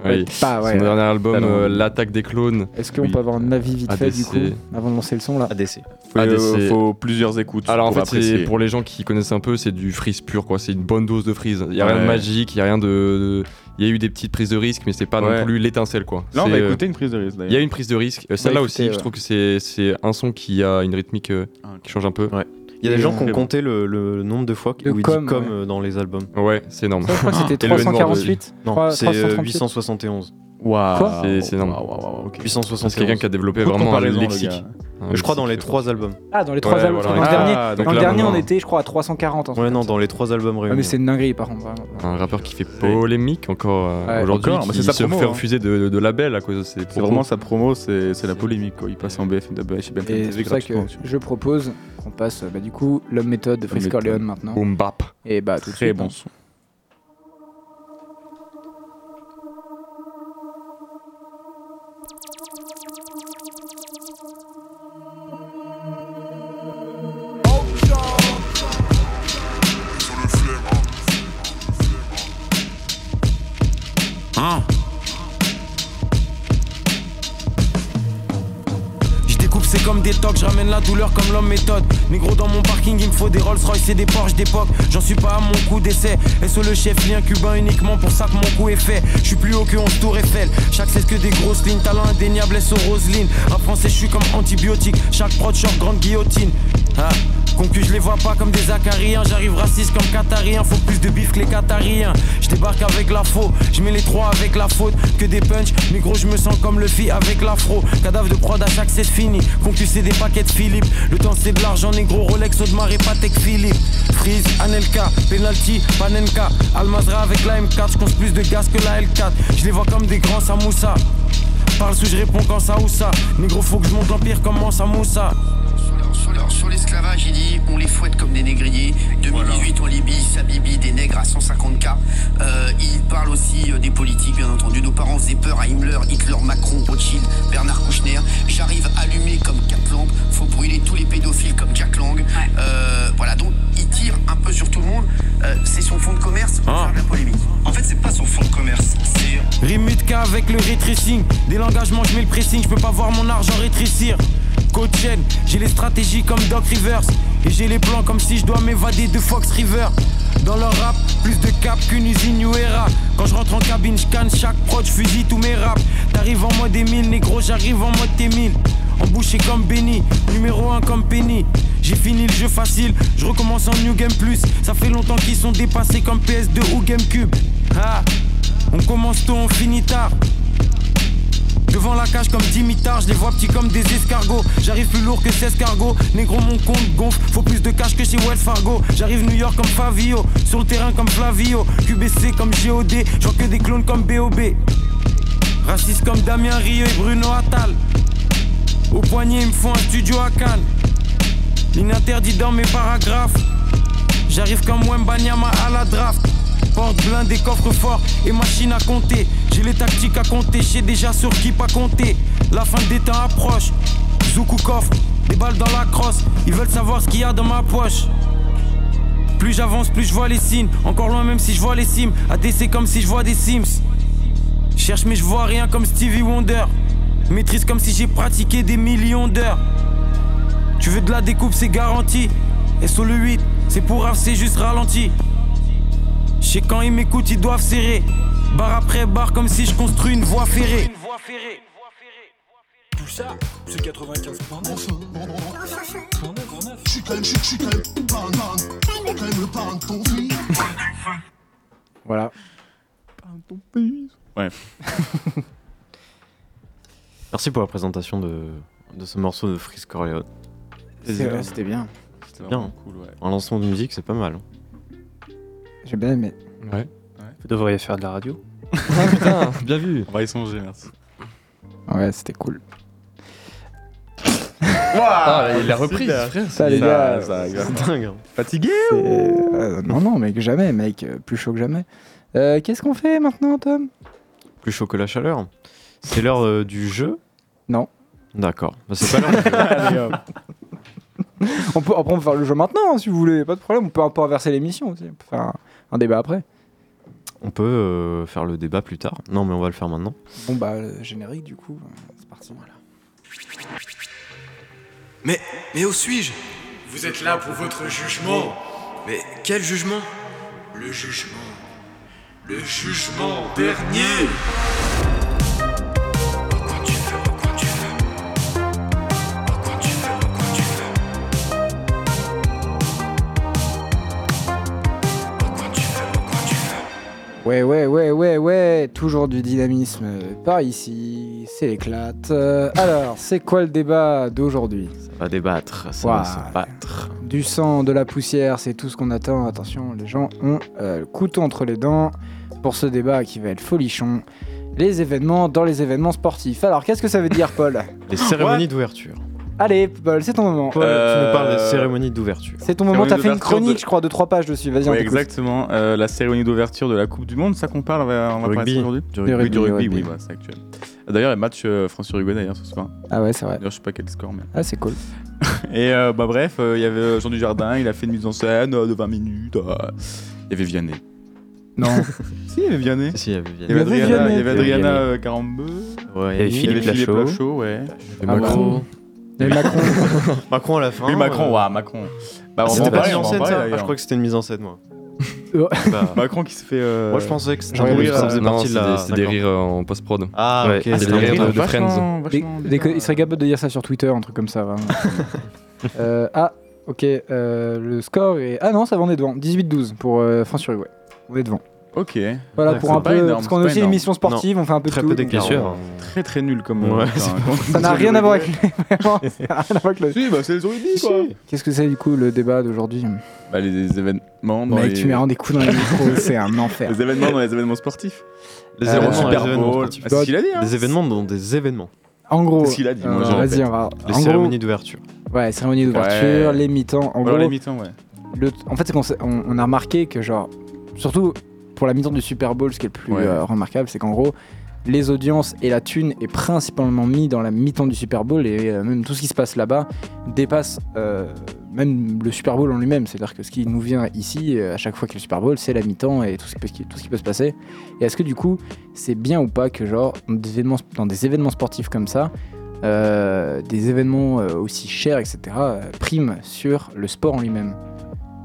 Speaker 3: Oui.
Speaker 2: Pas, Ah ouais.
Speaker 3: Son dernier album,
Speaker 6: Talent.
Speaker 3: euh, L'attaque des clones.
Speaker 2: Est-ce qu'on
Speaker 6: Oui. Ah,
Speaker 2: peut avoir un avis vite fait du coup
Speaker 3: ADC.
Speaker 2: avant de lancer le son là
Speaker 1: ADC.
Speaker 6: faut,
Speaker 3: ADC.
Speaker 6: faut plusieurs écoutes.
Speaker 3: Ah, Alors en
Speaker 6: pour
Speaker 3: fait, c'est-
Speaker 6: apprécier.
Speaker 3: pour les gens qui connaissent un peu, c'est du freeze pur, quoi. C'est une bonne dose de freeze. Il y a rien de
Speaker 6: Ouais.
Speaker 3: magique, il y a rien de. Il y a eu des petites prises de risque, mais c'est pas
Speaker 6: Ouais. bah,
Speaker 3: non plus l'étincelle, quoi.
Speaker 6: Là, on
Speaker 3: C'est,
Speaker 6: va
Speaker 3: euh,
Speaker 6: écouter une prise de risque
Speaker 3: Il y a
Speaker 6: d'ailleurs.
Speaker 3: une prise de risque. Euh, Celle-là
Speaker 2: Ouais,
Speaker 3: aussi,
Speaker 2: écoutez,
Speaker 3: je
Speaker 2: ouais.
Speaker 3: trouve que c'est- c'est un son qui a une rythmique euh,
Speaker 6: Ah,
Speaker 3: qui change un peu.
Speaker 1: Il y a
Speaker 2: Et,
Speaker 1: des gens
Speaker 2: euh,
Speaker 1: qui ont compté le, le nombre de fois
Speaker 2: Le
Speaker 1: où il dit
Speaker 2: com,
Speaker 1: comme
Speaker 2: ouais.
Speaker 1: euh, dans les albums.
Speaker 3: Ouais, c'est énorme.
Speaker 2: Ça, je crois que c'était
Speaker 3: Et le N-word
Speaker 2: 348
Speaker 1: Non,
Speaker 2: Trois-
Speaker 1: c'est euh,
Speaker 2: 338.
Speaker 1: 871.
Speaker 6: Waouh.
Speaker 2: Quoi
Speaker 3: C'est- c'est énorme.
Speaker 6: Waouh, waouh, waouh, ok.
Speaker 1: 871.
Speaker 3: C'est quelqu'un qui a développé
Speaker 6: Beaucoup de
Speaker 3: vraiment un
Speaker 6: comparaisons, le
Speaker 3: lexique.
Speaker 6: gars.
Speaker 3: Un
Speaker 1: Je crois dans les
Speaker 3: lexique.
Speaker 1: trois albums.
Speaker 2: Ah, dans les trois
Speaker 3: Ouais,
Speaker 2: albums.
Speaker 3: voilà,
Speaker 2: dans le
Speaker 3: exact.
Speaker 2: dernier,
Speaker 6: Ah,
Speaker 3: donc
Speaker 2: dans le
Speaker 3: là,
Speaker 2: dernier, on
Speaker 3: maintenant-
Speaker 2: était, je crois, à 340 en
Speaker 1: Ouais, non, dans les trois albums
Speaker 2: Ah, mais
Speaker 1: réunis.
Speaker 2: c'est une dinguerie, par contre. vraiment.
Speaker 3: euh, Un rappeur qui fait polémique encore euh,
Speaker 2: Ouais.
Speaker 3: aujourd'hui,
Speaker 6: Encore, mais
Speaker 3: qui
Speaker 6: c'est sa
Speaker 3: se
Speaker 6: promo,
Speaker 3: fait
Speaker 6: hein.
Speaker 3: refuser de, de- de label à cause de ses
Speaker 6: C'est
Speaker 3: propos.
Speaker 6: vraiment sa promo, c'est c'est la polémique. Quoi. Il passe en BFM, chez BFM.
Speaker 2: Et c'est pour ça que je propose qu'on passe, bah, du coup, l'homme méthode de Fritz
Speaker 6: méthode.
Speaker 2: Corleone maintenant.
Speaker 3: Boom bap.
Speaker 2: Et bah, tout de
Speaker 6: Très
Speaker 2: suite,
Speaker 6: bon
Speaker 2: hein.
Speaker 6: son.
Speaker 8: Hein Je découpe, c'est comme des tocs, je ramène la douleur comme l'homme méthode. Négro dans mon parking, il me faut des Rolls Royce et des Porsche d'époque. J'en suis pas à mon coup d'essai. SO le chef, lien cubain uniquement pour ça que mon coup est fait. Je suis plus haut que 11 tours Eiffel. Chaque c'est que des grosses lignes, talent indéniable, SO Roseline. Un français, je suis comme antibiotique. Chaque prod, short, grande guillotine. Ah. Concu, je les vois pas comme des Acariens. J'arrive raciste comme Qatarien. Faut plus de bif que les Qatariens. Je débarque avec la faux. Je mets les trois avec la faute. Que des punchs. Mais gros, je me sens comme le fi avec l'afro. Cadavre de prod à chaque c'est fini. Concu, c'est des paquets de Philippe. Le temps, c'est de l'argent négro. Rolex, Audemars et Patek Philippe. Freeze, Anelka. Penalty, Panenka. Almazra avec la M4. Je plus de gaz que la L4. Je les vois comme des grands Samoussa. Parle sous, je réponds quand ça ou ça. Négro, faut que je monte l'empire comme Mansa Moussa.
Speaker 9: Sur leur- sur leur- Sur l'esclavage, il dit on les fouette comme des négriers. 2018 en Libye, Sabibi, des nègres à 150K. Euh, il parle aussi euh, des politiques, bien entendu. Nos parents faisaient peur à Himmler, Hitler, Macron, Rothschild, Bernard Kouchner. J'arrive allumé comme quatre lampes. Faut brûler tous les pédophiles comme Jack Lang. Euh, voilà, donc il tire un peu sur tout le monde. Euh, c'est son fonds de commerce pour
Speaker 8: Ah.
Speaker 9: faire de la polémique. En fait, c'est pas son fonds de commerce, c'est euh,
Speaker 8: Rimutka avec le rétrécing. Dès l'engagement, je mets le pressing. Je peux pas voir mon argent rétrécir. Coachen, j'ai les stratégies comme Doc Rivers. Et j'ai les plans comme si je dois m'évader de Fox River. Dans leur rap, plus de cap qu'une usine Uera. Quand je rentre en cabine, je canne chaque prod, je fusille tous mes raps. T'arrives en mode Emile, négro, j'arrive en mode Emile. Embouché comme Benny, numéro 1 comme Penny. J'ai fini le jeu facile, je recommence en New Game Plus. Ça fait longtemps qu'ils sont dépassés comme PS2 ou GameCube. Ah, on commence tôt, on finit tard. Devant la cage comme Dimitar, je les vois petits comme des escargots. J'arrive plus lourd que 16 cargos. Négro, mon compte gonfle. Faut plus de cash que chez Wells Fargo. J'arrive New York comme Favio. Sur le terrain comme Flavio. QBC comme GOD. J'en que des clones comme BOB. Raciste comme Damien Rieu et Bruno Attal. Au poignet, ils me font un studio à Cannes. L'ininterdit dans mes paragraphes. J'arrive comme Wembanyama à la draft. Porte blindée, coffre fort et machine à compter. J'ai les tactiques à compter, j'ai déjà sur qui pas compter. La fin des temps approche. Zoukou coffre, des balles dans la crosse. Ils veulent savoir ce qu'il y a dans ma poche. Plus j'avance, plus je vois les signes. Encore loin, même si je vois les cimes. ADC comme si je vois des Sims. Cherche, mais je vois rien comme Stevie Wonder. Maîtrise comme si j'ai pratiqué des millions d'heures. Tu veux de la découpe, c'est garanti. Et sur le 8, c'est pour raf, c'est juste ralenti. sais quand ils m'écoutent, ils doivent serrer. Barre après barre, comme si je construis une voie ferrée. Tout ça, c'est 95
Speaker 2: Voilà.
Speaker 1: Merci pour la présentation de, de ce morceau de Freeze Corleone.
Speaker 2: C'est- ouais, C'était bien.
Speaker 6: C'était
Speaker 1: bien.
Speaker 6: vraiment cool, ouais.
Speaker 1: Un lancement de musique, c'est pas mal. hein.
Speaker 2: J'ai bien aimé.
Speaker 3: Ouais.
Speaker 5: Vous devriez faire de la radio.
Speaker 3: Putain, bien vu.
Speaker 6: On va y songer, merci.
Speaker 2: Ouais, c'était cool.
Speaker 6: Ah,
Speaker 3: il l'a reprise,
Speaker 6: frère.
Speaker 2: Ça, les gars,
Speaker 6: ça, gars.
Speaker 1: C'est dingue. hein.
Speaker 6: Fatigué
Speaker 2: c'est- euh, non, non, mec, jamais, mec. euh, Plus chaud que jamais. Euh, Qu'est-ce qu'on fait maintenant, Tom
Speaker 1: Plus chaud que la chaleur. C'est l'heure euh, du jeu
Speaker 2: Non.
Speaker 1: D'accord. Bah, c'est pas l'heure du jeu.
Speaker 2: on peut, Après, on peut faire le jeu maintenant, hein, si vous voulez. Pas de problème. On peut un peu inverser l'émission aussi. On peut faire un, un débat après.
Speaker 1: On peut euh, faire le débat plus tard. Non, mais on va le faire maintenant.
Speaker 2: Bon, bah, le générique, du coup. euh, C'est parti.
Speaker 10: Mais, mais où suis-je Vous êtes là pour votre jugement. Mais quel jugement Le jugement. Le jugement dernier.
Speaker 2: Ouais, ouais, ouais, ouais, ouais, toujours du dynamisme euh, par ici, c'est l'éclate. Euh, alors, c'est quoi le débat d'aujourd'hui
Speaker 1: Ça va débattre. Ça va
Speaker 2: Ouah.
Speaker 1: se battre.
Speaker 2: Du sang, de la poussière, c'est tout ce qu'on attend. Attention, les gens ont euh, le couteau entre les dents pour ce débat qui va être folichon. Les événements dans les événements sportifs. Alors, qu'est-ce que ça veut dire, Paul
Speaker 1: Les cérémonies d'ouverture.
Speaker 2: Allez, Paul, c'est ton moment.
Speaker 1: Paul, tu
Speaker 6: Euh,
Speaker 1: nous parles des cérémonies d'ouverture.
Speaker 2: C'est ton moment,
Speaker 6: cérémonie
Speaker 2: t'as fait une
Speaker 6: d'ouverture de-
Speaker 2: chronique, je crois, de trois pages dessus. Vas-y, on
Speaker 6: Ouais,
Speaker 2: t'écoute.
Speaker 6: exactement. Euh, la cérémonie d'ouverture de la Coupe du Monde, ça qu'on parle, on va, on va parler de
Speaker 1: Rugby.
Speaker 6: ça aujourd'hui
Speaker 1: Du
Speaker 2: Le
Speaker 1: rugby.
Speaker 6: Oui, du
Speaker 2: rugby,
Speaker 6: rugby,
Speaker 2: rugby.
Speaker 6: oui, voilà, c'est actuel. D'ailleurs, le match euh, France-Uruguay, d'ailleurs, ce soir.
Speaker 2: Ah ouais, c'est vrai.
Speaker 6: D'ailleurs, je sais pas quel score, mais.
Speaker 2: Ah, c'est cool.
Speaker 6: Et euh, bah, bref, euh, il y avait euh, Jean Dujardin, il a fait une mise en scène euh, de 20 minutes. euh, Il y avait Vianney.
Speaker 2: Non.
Speaker 6: Si, il y avait Vianney.
Speaker 1: Si, si, il y avait
Speaker 6: Il y avait
Speaker 1: Vianney.
Speaker 6: Adriana, il
Speaker 2: Il y avait Vianney.
Speaker 6: y avait
Speaker 1: Il y avait
Speaker 6: Adriana
Speaker 1: Vianney.
Speaker 6: euh, Carambeu.
Speaker 1: Ouais,
Speaker 5: Il y avait
Speaker 1: il y
Speaker 5: Philippe
Speaker 1: avait
Speaker 5: Lachaud.
Speaker 6: ouais.
Speaker 3: Et
Speaker 2: Ah,
Speaker 3: Macron.
Speaker 2: Macron. Les Macron.
Speaker 1: Macron à la fin.
Speaker 6: Oui, Macron,
Speaker 1: euh,
Speaker 6: ouais, Macron. Bah, on
Speaker 1: Ah,
Speaker 6: va
Speaker 1: C'était
Speaker 6: en
Speaker 1: pas
Speaker 6: parler,
Speaker 1: une
Speaker 6: on va
Speaker 1: mise en
Speaker 6: en
Speaker 1: scène,
Speaker 6: parler,
Speaker 1: ça Ah,
Speaker 6: d'ailleurs.
Speaker 1: Je crois que c'était une mise en scène, moi.
Speaker 2: Oh.
Speaker 1: Bah,
Speaker 6: Macron qui se fait. euh,
Speaker 1: Moi, je pensais que c'était
Speaker 2: j'aurais
Speaker 1: un
Speaker 2: voulu
Speaker 1: rire, ça
Speaker 2: ça.
Speaker 1: faisait
Speaker 3: Non,
Speaker 1: partie
Speaker 3: c'est
Speaker 1: de la.
Speaker 3: des- c'est des rires euh, en post-prod.
Speaker 1: Ah,
Speaker 5: Ouais,
Speaker 1: ok.
Speaker 5: c'est
Speaker 1: c'était
Speaker 3: des
Speaker 1: un
Speaker 3: rires
Speaker 1: rire.
Speaker 3: de- de
Speaker 6: vachement-
Speaker 3: Friends.
Speaker 2: Dès-
Speaker 6: vachement
Speaker 2: dès que-
Speaker 6: bien.
Speaker 2: il serait capable de dire ça sur Twitter, un truc comme ça. vraiment. Euh, ah, ok. euh, le score est. Ah non, ça va, on est devant. 18-12 pour euh, France-Uruguay. On est devant.
Speaker 6: Ok.
Speaker 2: Voilà,
Speaker 1: Ouais,
Speaker 2: pour
Speaker 6: c'est
Speaker 2: un
Speaker 6: pas
Speaker 2: peu.
Speaker 6: énorme,
Speaker 2: parce qu'on
Speaker 6: c'est
Speaker 2: a
Speaker 6: pas
Speaker 2: aussi une
Speaker 6: énorme.
Speaker 2: émission sportive, on fait un peu de
Speaker 1: Très
Speaker 2: tout.
Speaker 1: peu hein.
Speaker 2: donc-
Speaker 1: d'écart.
Speaker 5: Bien sûr.
Speaker 6: Très très nul comme.
Speaker 1: Ouais,
Speaker 6: euh,
Speaker 1: c'est
Speaker 6: enfin,
Speaker 2: Ça n'a rien à voir avec les- vraiment, ça n'a rien à voir avec le.
Speaker 6: Si, bah, c'est les rugby, quoi.
Speaker 2: Qu'est-ce que c'est du coup le débat d'aujourd'hui
Speaker 6: Bah, les, les événements dans
Speaker 2: Mec,
Speaker 6: les...
Speaker 2: tu me rends des coups dans les micros, c'est un enfer.
Speaker 6: les événements dans les événements sportifs.
Speaker 1: Les
Speaker 2: Euh,
Speaker 1: événements,
Speaker 2: Super
Speaker 1: les événements
Speaker 6: Bowl.
Speaker 1: sportifs.
Speaker 6: Ah, c'est ce qu'il a dit, hein.
Speaker 1: Des événements dans des événements.
Speaker 2: En gros,
Speaker 6: C'est ce qu'il a dit, moi,
Speaker 2: euh,
Speaker 6: je répète.
Speaker 2: vas-y, on va.
Speaker 1: Les
Speaker 2: en gros,
Speaker 1: cérémonies d'ouverture.
Speaker 2: ouais, cérémonie d'ouverture,
Speaker 6: Ouais.
Speaker 2: les mi-temps. En
Speaker 6: Dans
Speaker 2: gros,
Speaker 6: les mi-temps, ouais.
Speaker 2: Le- en fait, c'est qu'on s'est- on, on a remarqué que, genre, surtout pour la mi-temps du Super Bowl, ce qui est le plus
Speaker 6: Ouais.
Speaker 2: euh, remarquable, c'est qu'en gros, les audiences et la thune est principalement mis dans la mi-temps du Super Bowl et euh, même tout ce qui se passe là-bas dépasse euh, même le Super Bowl en lui-même. C'est-à-dire que ce qui nous vient ici, euh, à chaque fois qu'il y a le Super Bowl, c'est la mi-temps et tout ce, qui peut, tout ce qui peut se passer. Et est-ce que du coup, c'est bien ou pas que, genre, dans des événements, dans des événements sportifs comme ça, euh, des événements euh, aussi chers, etc., euh, priment sur le sport en lui-même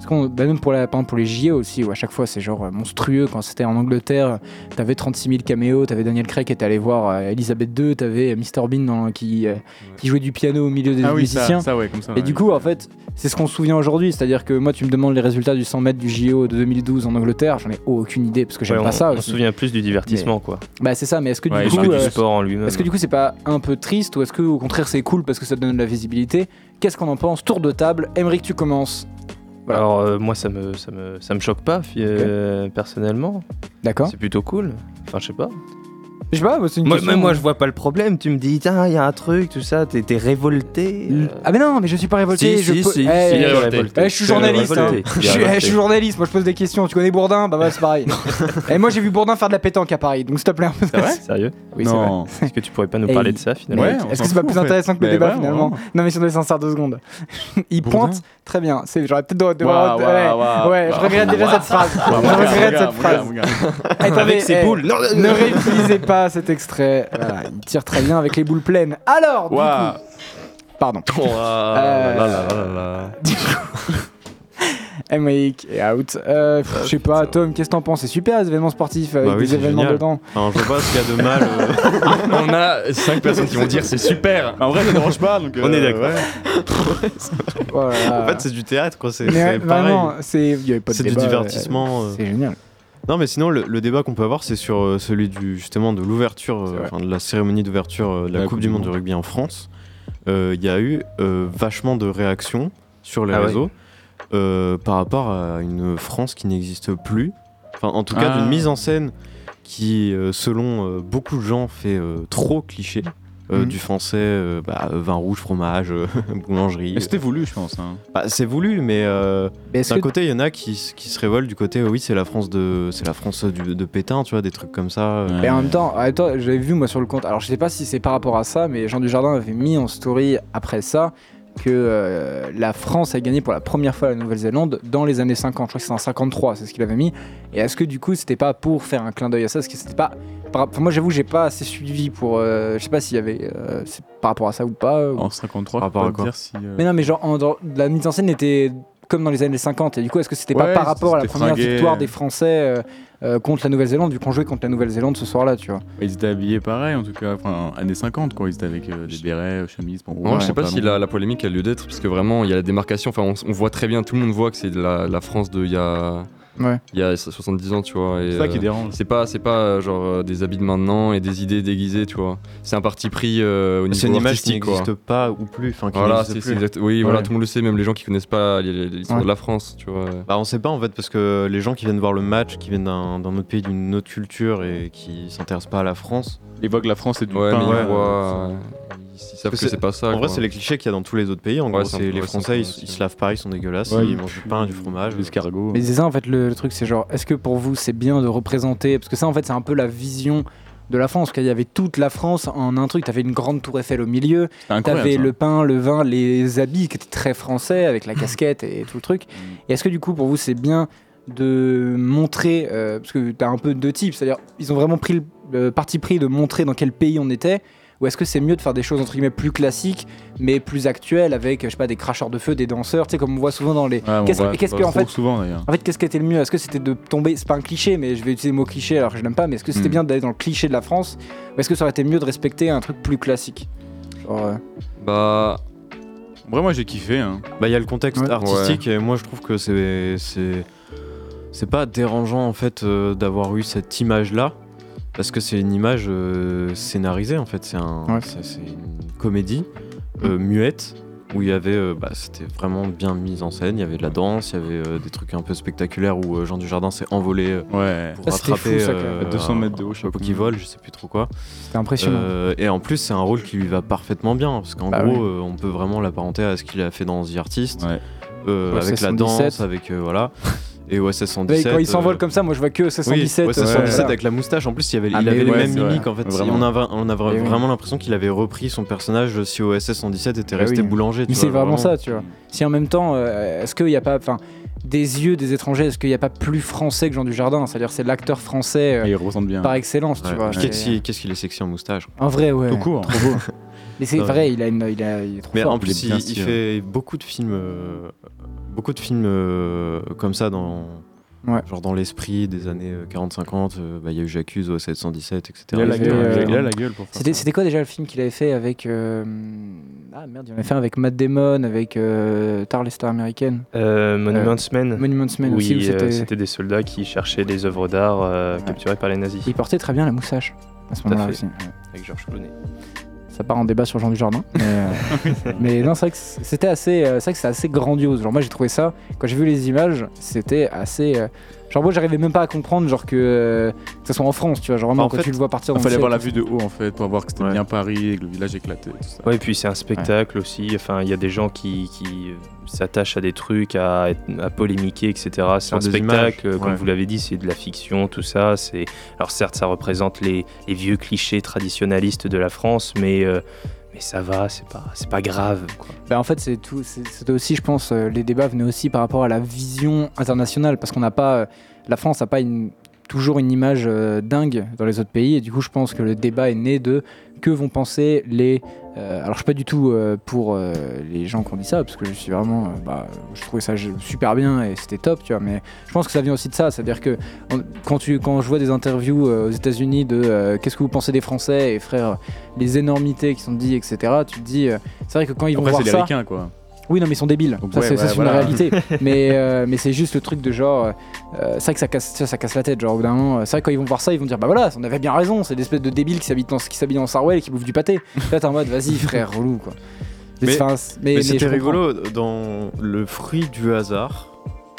Speaker 2: parce qu'on, bah, même pour, la, par exemple, pour les JO aussi, où à chaque fois c'est genre euh, monstrueux. Quand c'était en Angleterre, euh, t'avais 36 000 caméos, t'avais Daniel Craig qui était allé voir euh, Elisabeth II, t'avais euh, Mr Bean dans- qui, euh, qui jouait du piano au milieu des
Speaker 6: Ah oui,
Speaker 2: musiciens.
Speaker 6: ça, ça, ouais, comme ça.
Speaker 2: Et du coup, en fait, c'est ce qu'on se souvient aujourd'hui. C'est-à-dire que moi, tu me demandes les résultats du 100 mètres du JO de 2012 en Angleterre, j'en ai aucune idée parce que j'aime
Speaker 5: Ouais,
Speaker 2: pas
Speaker 5: on,
Speaker 2: ça.
Speaker 5: on
Speaker 2: aussi.
Speaker 5: se souvient plus du divertissement, quoi.
Speaker 2: Bah, c'est ça, mais est-ce que
Speaker 6: Ouais,
Speaker 2: du
Speaker 6: il
Speaker 2: coup.
Speaker 5: que
Speaker 2: euh,
Speaker 5: du sport en lui-même.
Speaker 2: est-ce que du coup c'est pas un peu triste ou est-ce que au contraire c'est cool parce que ça donne de la visibilité Qu'est-ce qu'on en pense Tour de table, Emeric tu commences. voilà.
Speaker 5: Alors, euh, moi, ça me, ça, me, ça me choque pas, fi- euh, personnellement.
Speaker 2: D'accord
Speaker 5: C'est plutôt cool. Enfin, je sais pas.
Speaker 2: Je sais pas, c'est une
Speaker 5: Moi,
Speaker 2: question-
Speaker 5: même moi, je vois pas le problème. Tu me dis, tiens, il y a un truc, tout ça, t'es t'es révolté. euh.
Speaker 2: Ah mais non, mais je suis pas révolté.
Speaker 5: Si,
Speaker 2: je
Speaker 5: si,
Speaker 2: peux-
Speaker 5: si,
Speaker 2: Eh,
Speaker 5: si,
Speaker 2: eh,
Speaker 5: il est
Speaker 2: je-
Speaker 5: révolté.
Speaker 2: eh, je suis
Speaker 5: Il est
Speaker 2: journaliste. hein.
Speaker 5: révolté, il est
Speaker 2: Je, suis- eh, je
Speaker 5: révolté.
Speaker 2: suis journaliste. Moi, je pose des questions. Tu connais Bourdin Bah voilà, c'est pareil. Et moi, j'ai vu Bourdin faire de la pétanque à Paris. Donc, s'il te plaît, un peu.
Speaker 6: C'est vrai
Speaker 5: Sérieux
Speaker 2: Oui, c'est vrai.
Speaker 6: Non.
Speaker 5: Est-ce que tu pourrais pas nous
Speaker 2: Et
Speaker 5: parler
Speaker 2: Eh, il-
Speaker 5: de ça, finalement
Speaker 6: Ouais,
Speaker 2: Mec,
Speaker 6: on
Speaker 2: Est-ce
Speaker 6: s'en
Speaker 2: que c'est pas
Speaker 6: fout,
Speaker 2: plus
Speaker 6: en fait.
Speaker 2: intéressant que le
Speaker 6: Mais bah,
Speaker 2: débat
Speaker 6: ouais,
Speaker 2: finalement
Speaker 6: vraiment.
Speaker 2: Non, mais si on est sincère deux secondes. Il
Speaker 6: Bourdin.
Speaker 2: pointe. Très bien. C'est- J'aurais peut-être dû- dû-
Speaker 6: Waouh,
Speaker 2: ouais,
Speaker 6: waouh, waouh,
Speaker 2: ouais, je
Speaker 6: waouh.
Speaker 2: regrette déjà cette phrase.
Speaker 6: Ah,
Speaker 2: Je regrette cette phrase. Eh, attendez,
Speaker 5: Avec ses
Speaker 2: eh,
Speaker 5: boules. Non,
Speaker 2: Ne réutilisez pas cet extrait. Voilà, il tire très bien avec les boules pleines. Alors, du coup, pardon.
Speaker 3: Oh, ah,
Speaker 2: Euh,
Speaker 3: là, là, là, là, là.
Speaker 2: Emmerich est out. Euh, pff, je sais pas, Tom, qu'est-ce que t'en penses C'est super les événements sportifs avec
Speaker 1: Bah oui,
Speaker 2: des
Speaker 1: c'est
Speaker 2: événements
Speaker 1: génial.
Speaker 2: dedans.
Speaker 1: Enfin, je vois pas ce qu'il y a de mal. euh,
Speaker 11: On a 5 personnes qui vont dire c'est super.
Speaker 6: En vrai, ça ne dérange pas. Donc,
Speaker 1: On est
Speaker 6: euh,
Speaker 1: d'accord.
Speaker 6: ouais.
Speaker 1: en fait, c'est du théâtre, quoi. C'est
Speaker 2: Mais
Speaker 1: c'est
Speaker 2: ouais,
Speaker 1: pareil.
Speaker 2: vraiment, c'est- il y avait pas de
Speaker 1: C'est du
Speaker 2: débat,
Speaker 1: divertissement.
Speaker 2: euh,
Speaker 1: euh.
Speaker 2: c'est génial.
Speaker 1: Non, mais sinon, le, le débat qu'on peut avoir, c'est sur euh, celui du justement de l'ouverture, euh, enfin, de la cérémonie d'ouverture euh, de la, Coupe, du Monde du rugby en France. Euh, Il y a eu euh, vachement de réactions sur les
Speaker 5: Ah ouais.
Speaker 1: réseaux euh, par rapport à une France qui n'existe plus. Enfin, en tout cas,
Speaker 5: Ah.
Speaker 1: d'une mise en scène qui, euh, selon euh, beaucoup de gens, fait euh, trop cliché. Euh,
Speaker 6: Mhm.
Speaker 1: Du français, euh, bah, vin rouge, fromage, euh, boulangerie.
Speaker 6: Mais c'était voulu, je pense. hein.
Speaker 1: Bah, c'est voulu, mais euh,
Speaker 2: Mais est-ce
Speaker 1: d'un
Speaker 2: que-
Speaker 1: côté, il y en a qui, s- qui se révoltent du côté, euh, oui, c'est la France de, c'est la France du- de Pétain, tu vois, des trucs comme ça. euh.
Speaker 2: Mais en même temps, en même temps, j'avais vu moi sur le compte, alors je sais pas si c'est par rapport à ça, mais Jean Dujardin avait mis en story après ça que euh, la France a gagné pour la première fois la Nouvelle-Zélande dans les années 50. Je crois que c'est en 53, c'est ce qu'il avait mis. Et est-ce que du coup, c'était pas pour faire un clin d'œil à ça Est-ce que c'était pas. par- enfin, moi, j'avoue, j'ai pas assez suivi pour. euh, je sais pas s'il y avait. euh, c'est par rapport à ça ou pas. ou-
Speaker 6: En 53,
Speaker 1: Par
Speaker 6: je peux
Speaker 1: rapport
Speaker 6: pas
Speaker 1: à
Speaker 6: te
Speaker 1: quoi
Speaker 6: dire si. euh,
Speaker 2: Mais non, mais genre, en- dans- la mise en scène était comme dans les années 50. Et du coup, est-ce que c'était
Speaker 6: Ouais,
Speaker 2: pas par rapport à la
Speaker 6: c'était
Speaker 2: première
Speaker 6: fringué.
Speaker 2: victoire des Français euh, euh, contre la Nouvelle-Zélande, vu qu'on jouait contre la Nouvelle-Zélande ce soir-là, tu vois
Speaker 6: Ils étaient habillés pareil, en tout cas, enfin, années 50, quoi. Ils étaient avec euh, des bérets, chemises, pour
Speaker 11: Moi, je sais pas si la, la polémique a lieu d'être, parce que vraiment, il y a la démarcation. Enfin, on, s- on voit très bien, tout le monde voit que c'est de la, la France de il y a.
Speaker 2: Ouais.
Speaker 11: Il y a 70 ans, tu vois. et,
Speaker 6: C'est ça qui
Speaker 11: euh,
Speaker 6: dérange.
Speaker 11: C'est pas, c'est pas euh, genre euh, des habits de maintenant et des idées déguisées, tu vois. C'est un parti pris euh, au niveau
Speaker 1: C'est une image qui
Speaker 11: artistique, quoi.
Speaker 1: n'existe pas ou plus, enfin qui
Speaker 11: Voilà,
Speaker 1: n'existe
Speaker 11: c'est c'est
Speaker 1: plus.
Speaker 11: exact. Oui, voilà,
Speaker 1: Ouais.
Speaker 11: tout le monde le sait, même les gens qui connaissent pas les- les- l'histoire
Speaker 2: Ouais.
Speaker 11: de la France, tu vois.
Speaker 1: Bah, on sait pas en fait parce que les gens qui viennent voir le match, qui viennent d'un d'un autre pays, d'une autre culture et qui s'intéressent pas à la France.
Speaker 6: Ils voient que la France est du
Speaker 11: Ouais,
Speaker 6: pain.
Speaker 11: mais
Speaker 1: ouais.
Speaker 11: ils voient. euh, Ils ils savent que c'est pas ça.
Speaker 1: En vrai,
Speaker 11: quoi.
Speaker 1: c'est les clichés qu'il y a dans tous les autres pays. En
Speaker 11: Ouais,
Speaker 1: gros,
Speaker 11: c'est un
Speaker 1: c'est
Speaker 11: peu-
Speaker 1: les
Speaker 11: ouais, c'est un
Speaker 1: Français,
Speaker 11: peu
Speaker 1: ils,
Speaker 11: ça.
Speaker 1: ils se lavent pas, ils sont dégueulasses,
Speaker 6: Ouais,
Speaker 1: ils
Speaker 6: ils
Speaker 1: mangent du
Speaker 6: puent.
Speaker 1: pain, du fromage.
Speaker 6: L'escargot.
Speaker 2: Mais c'est ça en fait le, le truc, c'est genre, est-ce que pour vous c'est bien de représenter Parce que ça en fait c'est un peu la vision de la France, qu'il y avait toute la France en un truc, t'avais une grande tour Eiffel au milieu,
Speaker 6: C'était incroyable,
Speaker 2: t'avais
Speaker 6: ça. Mmh.
Speaker 2: le pain, le vin, les habits qui étaient très français avec la casquette et tout le truc. Et est-ce que du coup pour vous c'est bien de montrer, euh, parce que t'as un peu deux types, c'est-à-dire ils ont vraiment pris le le parti pris de montrer dans quel pays on était ou est-ce que c'est mieux de faire des choses entre guillemets plus classiques mais plus actuelles avec je sais pas des cracheurs de feu, des danseurs, tu sais comme on voit souvent dans les
Speaker 6: Ouais, bon,
Speaker 2: qu'est-ce
Speaker 6: bah,
Speaker 2: qu'est-ce
Speaker 6: bah,
Speaker 2: que en
Speaker 6: trop
Speaker 2: fait
Speaker 6: souvent d'ailleurs.
Speaker 2: en fait, qu'est-ce qui était le mieux Est-ce que c'était de tomber C'est pas un cliché, mais je vais utiliser le mot cliché alors que je l'aime pas. Mais est-ce que
Speaker 1: Hmm.
Speaker 2: c'était
Speaker 6: Mm.
Speaker 2: bien d'aller dans le cliché de la France Ou est-ce que ça aurait été mieux de respecter un truc plus classique Genre, euh,
Speaker 11: Bah.
Speaker 6: Vraiment, moi j'ai kiffé. Hein.
Speaker 1: Bah, il y a le contexte
Speaker 2: Ouais.
Speaker 1: artistique et moi je trouve que c'est c'est c'est pas dérangeant en fait euh, d'avoir eu cette image là parce que c'est une image euh, scénarisée en fait c'est un
Speaker 2: Ouais. Mm.
Speaker 1: c'est c'est une comédie euh, muette où il y avait euh, bah, c'était vraiment bien mise en scène il y avait de la danse il y avait euh, des trucs un peu spectaculaires où euh, Jean Dujardin s'est envolé euh,
Speaker 6: Ouais.
Speaker 1: pour
Speaker 2: Ah, c'était
Speaker 1: rattraper
Speaker 2: fou, ça, quand même.
Speaker 1: euh,
Speaker 6: À 200 mètres de haut,
Speaker 1: un
Speaker 6: je sais pas
Speaker 1: qui
Speaker 6: combien.
Speaker 1: vole je sais plus trop quoi
Speaker 2: C'était impressionnant.
Speaker 1: euh, et en plus, c'est un rôle qui lui va parfaitement bien, parce qu'en
Speaker 2: Bah
Speaker 1: gros,
Speaker 2: oui.
Speaker 1: euh, on peut vraiment l'apparenter à ce qu'il a fait dans The Artist,
Speaker 6: Ouais.
Speaker 1: euh,
Speaker 2: OSS
Speaker 1: avec la
Speaker 2: 117.
Speaker 1: danse, avec euh, voilà, et OSS
Speaker 2: Mais
Speaker 1: 117.
Speaker 2: quand il s'envole
Speaker 1: euh,
Speaker 2: comme ça, moi je vois que euh,
Speaker 1: oui,
Speaker 2: 717.
Speaker 1: OSS 117 avec la moustache. En plus, il avait,
Speaker 2: Ah,
Speaker 1: il
Speaker 2: mais
Speaker 1: avait les
Speaker 6: ouais,
Speaker 1: mêmes
Speaker 6: c'est vrai.
Speaker 1: mimiques. En fait,
Speaker 6: Vraiment.
Speaker 1: on avait, on avait
Speaker 2: Et oui.
Speaker 1: vraiment l'impression qu'il avait repris son personnage si OSS 117 était
Speaker 2: Ah
Speaker 1: resté
Speaker 2: oui.
Speaker 1: boulanger. tu
Speaker 2: Mais c'est
Speaker 1: vois,
Speaker 2: vraiment ça, tu vois. Si en même temps, euh, est-ce qu'il n'y a pas. Enfin, des yeux des étrangers, est-ce qu'il n'y a pas plus français que Jean Dujardin C'est-à-dire, c'est l'acteur français euh,
Speaker 6: Et ils ressentent bien.
Speaker 2: par excellence,
Speaker 1: Ouais.
Speaker 2: tu vois.
Speaker 1: Puis
Speaker 2: c'est-
Speaker 1: Qu'est-ce qu'il qu'est-ce qu'il est sexy en moustache.
Speaker 2: En vrai, ouais.
Speaker 6: Tout court. hein.
Speaker 2: Mais c'est
Speaker 1: Non,
Speaker 2: vrai, il, a une, il, a, il est trop
Speaker 1: Mais
Speaker 2: fort.
Speaker 1: en plus,
Speaker 6: il est
Speaker 1: il,
Speaker 6: bien
Speaker 1: il
Speaker 6: stylé.
Speaker 1: fait beaucoup de films, euh, beaucoup de films euh, comme ça dans,
Speaker 2: Ouais.
Speaker 1: genre dans l'esprit des années euh, 40-50. euh, bah, Il y a eu J'accuse au 717, etc.
Speaker 6: Il a la
Speaker 2: Et,
Speaker 6: gueule,
Speaker 2: euh,
Speaker 6: il a la gueule pour faire
Speaker 2: C'était,
Speaker 6: ça.
Speaker 2: c'était quoi déjà le film qu'il avait fait avec. euh, Ah merde, il en avait fait un avec Matt Damon, avec euh, Tar les stars américaines.
Speaker 5: Euh, Monument Man.
Speaker 2: Monument Man aussi, où
Speaker 5: oui, euh,
Speaker 2: c'était... Ah.
Speaker 5: c'était des soldats qui cherchaient des œuvres d'art euh, capturées par les nazis.
Speaker 2: Il portait très bien la moustache à ce
Speaker 5: Tout à
Speaker 2: moment-là
Speaker 5: fait.
Speaker 2: aussi. Ouais.
Speaker 5: Avec Georges Clooney.
Speaker 2: Ça part en débat sur Jean Dujardin. Mais, euh, mais non, c'est vrai que c'était assez, euh, c'est vrai que c'est assez grandiose. Genre, moi j'ai trouvé ça, quand j'ai vu les images, c'était assez. euh, Genre, moi j'arrivais même pas à comprendre genre que, euh, que ça soit en France, tu vois. Genre, vraiment,
Speaker 1: En
Speaker 2: quand
Speaker 1: fait,
Speaker 2: tu le vois partir
Speaker 6: Il
Speaker 2: dans le
Speaker 6: fallait
Speaker 2: ciel,
Speaker 6: voir la vue de haut en fait pour voir que c'était
Speaker 1: Ouais.
Speaker 6: bien Paris et que le village éclatait. Tout ça.
Speaker 5: Ouais, et puis c'est un spectacle aussi. Enfin, il y a des gens qui, qui, euh, s'attachent à des trucs, à, être- à polémiquer, etc. C'est
Speaker 1: Sur
Speaker 5: un
Speaker 1: des
Speaker 5: spectacle,
Speaker 1: images,
Speaker 5: euh, comme
Speaker 1: ouais.
Speaker 5: vous l'avez dit, c'est de la fiction, tout ça. C'est alors certes, ça représente les, les vieux clichés traditionnalistes de la France, mais euh, mais ça va, c'est pas c'est pas grave. Quoi.
Speaker 2: Bah, en fait, c'est tout. c'est- C'était aussi, je pense, euh, les débats venaient aussi par rapport à la vision internationale, parce qu'on n'a pas, euh, la France n'a pas une- toujours une image euh, dingue dans les autres pays, et du coup, je pense que le débat est né de que vont penser les. euh, alors, je suis pas du tout euh, pour euh, les gens qui ont dit ça, parce que je suis vraiment. euh, bah, je trouvais ça je- super bien et c'était top, tu vois. Mais je pense que ça vient aussi de ça. C'est-à-dire que on- quand, tu, quand je vois des interviews euh, aux États-Unis de euh, qu'est-ce que vous pensez des Français et frère, les énormités qui sont dites, etc., tu te dis. euh, c'est vrai que quand ils vont
Speaker 6: Après,
Speaker 2: voir
Speaker 6: c'est les
Speaker 2: ça.
Speaker 6: Ricains, quoi.
Speaker 2: Oui, non, mais ils sont débiles.
Speaker 6: Donc,
Speaker 2: ça,
Speaker 6: ouais,
Speaker 2: c'est ça,
Speaker 6: ouais,
Speaker 2: c'est
Speaker 6: voilà.
Speaker 2: une réalité. mais euh, mais c'est juste le truc de genre. euh, euh, c'est vrai que ça casse, ça, ça casse la tête. Genre, au bout d'un moment, euh, c'est vrai que quand ils vont voir ça, ils vont dire Bah voilà, on avait bien raison. C'est des espèces de débiles qui s'habillent dans- qui s'habillent en Sarwell et qui bouffent du pâté. Là, t'es en mode Vas-y, frère, relou, quoi.
Speaker 1: Mais,
Speaker 2: enfin,
Speaker 1: mais
Speaker 2: mais
Speaker 1: c'était
Speaker 2: je comprends.
Speaker 1: rigolo dans Le fruit du hasard,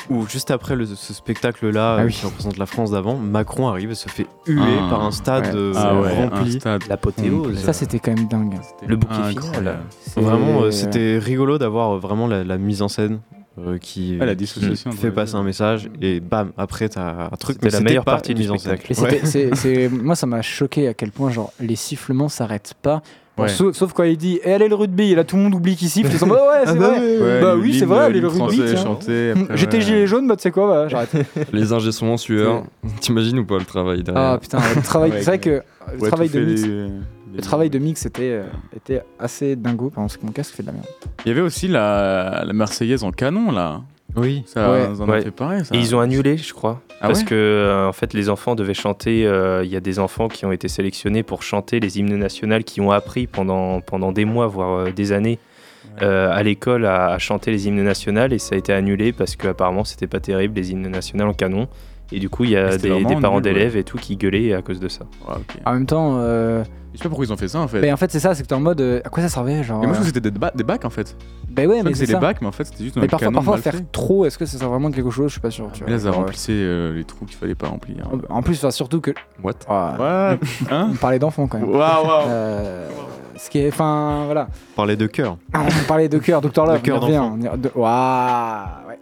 Speaker 1: où juste après le- ce spectacle-là
Speaker 2: Ah
Speaker 1: euh,
Speaker 2: oui.
Speaker 1: qui représente la France d'avant, Macron arrive et se fait huer
Speaker 6: Ah,
Speaker 1: par un stade
Speaker 6: ouais.
Speaker 1: euh,
Speaker 6: Ah ouais,
Speaker 1: rempli.
Speaker 6: un stade
Speaker 1: L'apothéose.
Speaker 2: Ça, c'était quand même dingue.
Speaker 5: Le bouquet
Speaker 6: Incroyable.
Speaker 5: final.
Speaker 2: C'est-
Speaker 1: Vraiment, euh, c'était rigolo d'avoir euh, vraiment la, la mise en scène. euh, qui,
Speaker 6: Ah, la
Speaker 1: qui
Speaker 6: dissociation entre
Speaker 1: fait
Speaker 6: les
Speaker 1: passer un message et bam après t'as un truc
Speaker 5: C'était la
Speaker 1: mais c'était
Speaker 5: meilleure
Speaker 1: pas
Speaker 5: partie
Speaker 1: une
Speaker 5: du
Speaker 1: mise en scène
Speaker 5: spectacle.
Speaker 2: Et c'était- c'est- c'est- moi, ça m'a choqué à quel point genre les sifflements s'arrêtent pas. Bon,
Speaker 6: Ouais.
Speaker 2: sauf, sauf quand il dit Eh, allez le rugby, et là tout le monde oublie qu'il siffle. Ils sont, bah ouais, c'est
Speaker 1: Ah bah
Speaker 2: vrai.
Speaker 1: oui.
Speaker 6: Ouais,
Speaker 2: bah
Speaker 6: le
Speaker 2: oui, c'est
Speaker 6: l'hymne-
Speaker 2: vrai, allez le
Speaker 6: l'hymne
Speaker 2: rugby.
Speaker 6: français
Speaker 2: tiens.
Speaker 6: chanté, après,
Speaker 2: J'étais
Speaker 6: ouais.
Speaker 2: gilet jaune, bah tu sais quoi, bah j'arrête.
Speaker 11: Les ingés sont en sueur. T'imagines ou pas le travail derrière
Speaker 2: Ah putain, le travail,
Speaker 6: Ouais,
Speaker 2: c'est vrai que euh, le
Speaker 6: Ouais,
Speaker 2: travail
Speaker 6: tout
Speaker 2: de
Speaker 6: fait
Speaker 2: mix,
Speaker 6: les-
Speaker 2: le travail de mix était, euh, était assez dingo. Pardon, c'est que mon casque fait de la merde.
Speaker 6: Il y avait aussi la, la Marseillaise en canon, là.
Speaker 1: Oui.
Speaker 6: Ça,
Speaker 2: Ouais.
Speaker 6: ils en ont
Speaker 5: Ouais.
Speaker 6: fait pareil,
Speaker 1: Ah.
Speaker 6: ça.
Speaker 5: Et ils ont annulé, je crois.
Speaker 6: Ah
Speaker 5: parce
Speaker 6: ouais
Speaker 5: que, euh, en fait, les enfants devaient chanter. euh, Il y a des enfants qui ont été sélectionnés pour chanter les hymnes nationaux qui ont appris pendant, pendant des mois, voire euh, des années, euh, à l'école à, à chanter les hymnes nationaux. Et ça a été annulé parce qu'apparemment, c'était pas terrible, les hymnes nationaux en canon. Et du coup, il y
Speaker 6: Mais
Speaker 5: a
Speaker 6: c'était
Speaker 5: des,
Speaker 6: vraiment
Speaker 5: des parents
Speaker 6: nul, ouais.
Speaker 5: d'élèves et tout qui gueulaient à cause de ça.
Speaker 6: Ah, ok.
Speaker 2: En même temps, euh,
Speaker 6: Je sais pas pourquoi ils ont fait ça, en fait.
Speaker 2: ben, en fait c'est ça, c'est que t'es en mode euh, à quoi ça servait genre.
Speaker 6: Mais moi, je
Speaker 2: euh,
Speaker 6: trouve que c'était des, ba- des bacs, en fait.
Speaker 2: ben ouais,
Speaker 6: Je crois
Speaker 2: mais
Speaker 6: que c'est
Speaker 2: c'est
Speaker 6: des
Speaker 2: ça.
Speaker 6: bacs, mais en fait, c'était juste un
Speaker 2: Mais parfois,
Speaker 6: canon
Speaker 2: parfois
Speaker 6: mal
Speaker 2: faire
Speaker 6: fait.
Speaker 2: trop, est-ce que ça sert vraiment de quelque chose Je suis pas sûr. tu
Speaker 6: Mais
Speaker 2: vois.
Speaker 6: Là, ça
Speaker 2: Genre,
Speaker 6: remplissait euh, les trous qu'il fallait pas remplir. hein.
Speaker 2: euh, En plus, enfin, surtout que
Speaker 11: What
Speaker 2: Ah,
Speaker 6: Ouais. hein
Speaker 2: on parlait d'enfants quand même.
Speaker 6: Waouh, waouh.
Speaker 2: Euh, ce qui est, enfin voilà.
Speaker 1: parler de cœur
Speaker 2: Ah, On parlait de cœur, Docteur Love.
Speaker 1: De cœur
Speaker 2: on y revient, on y- de- Waouh, ouais.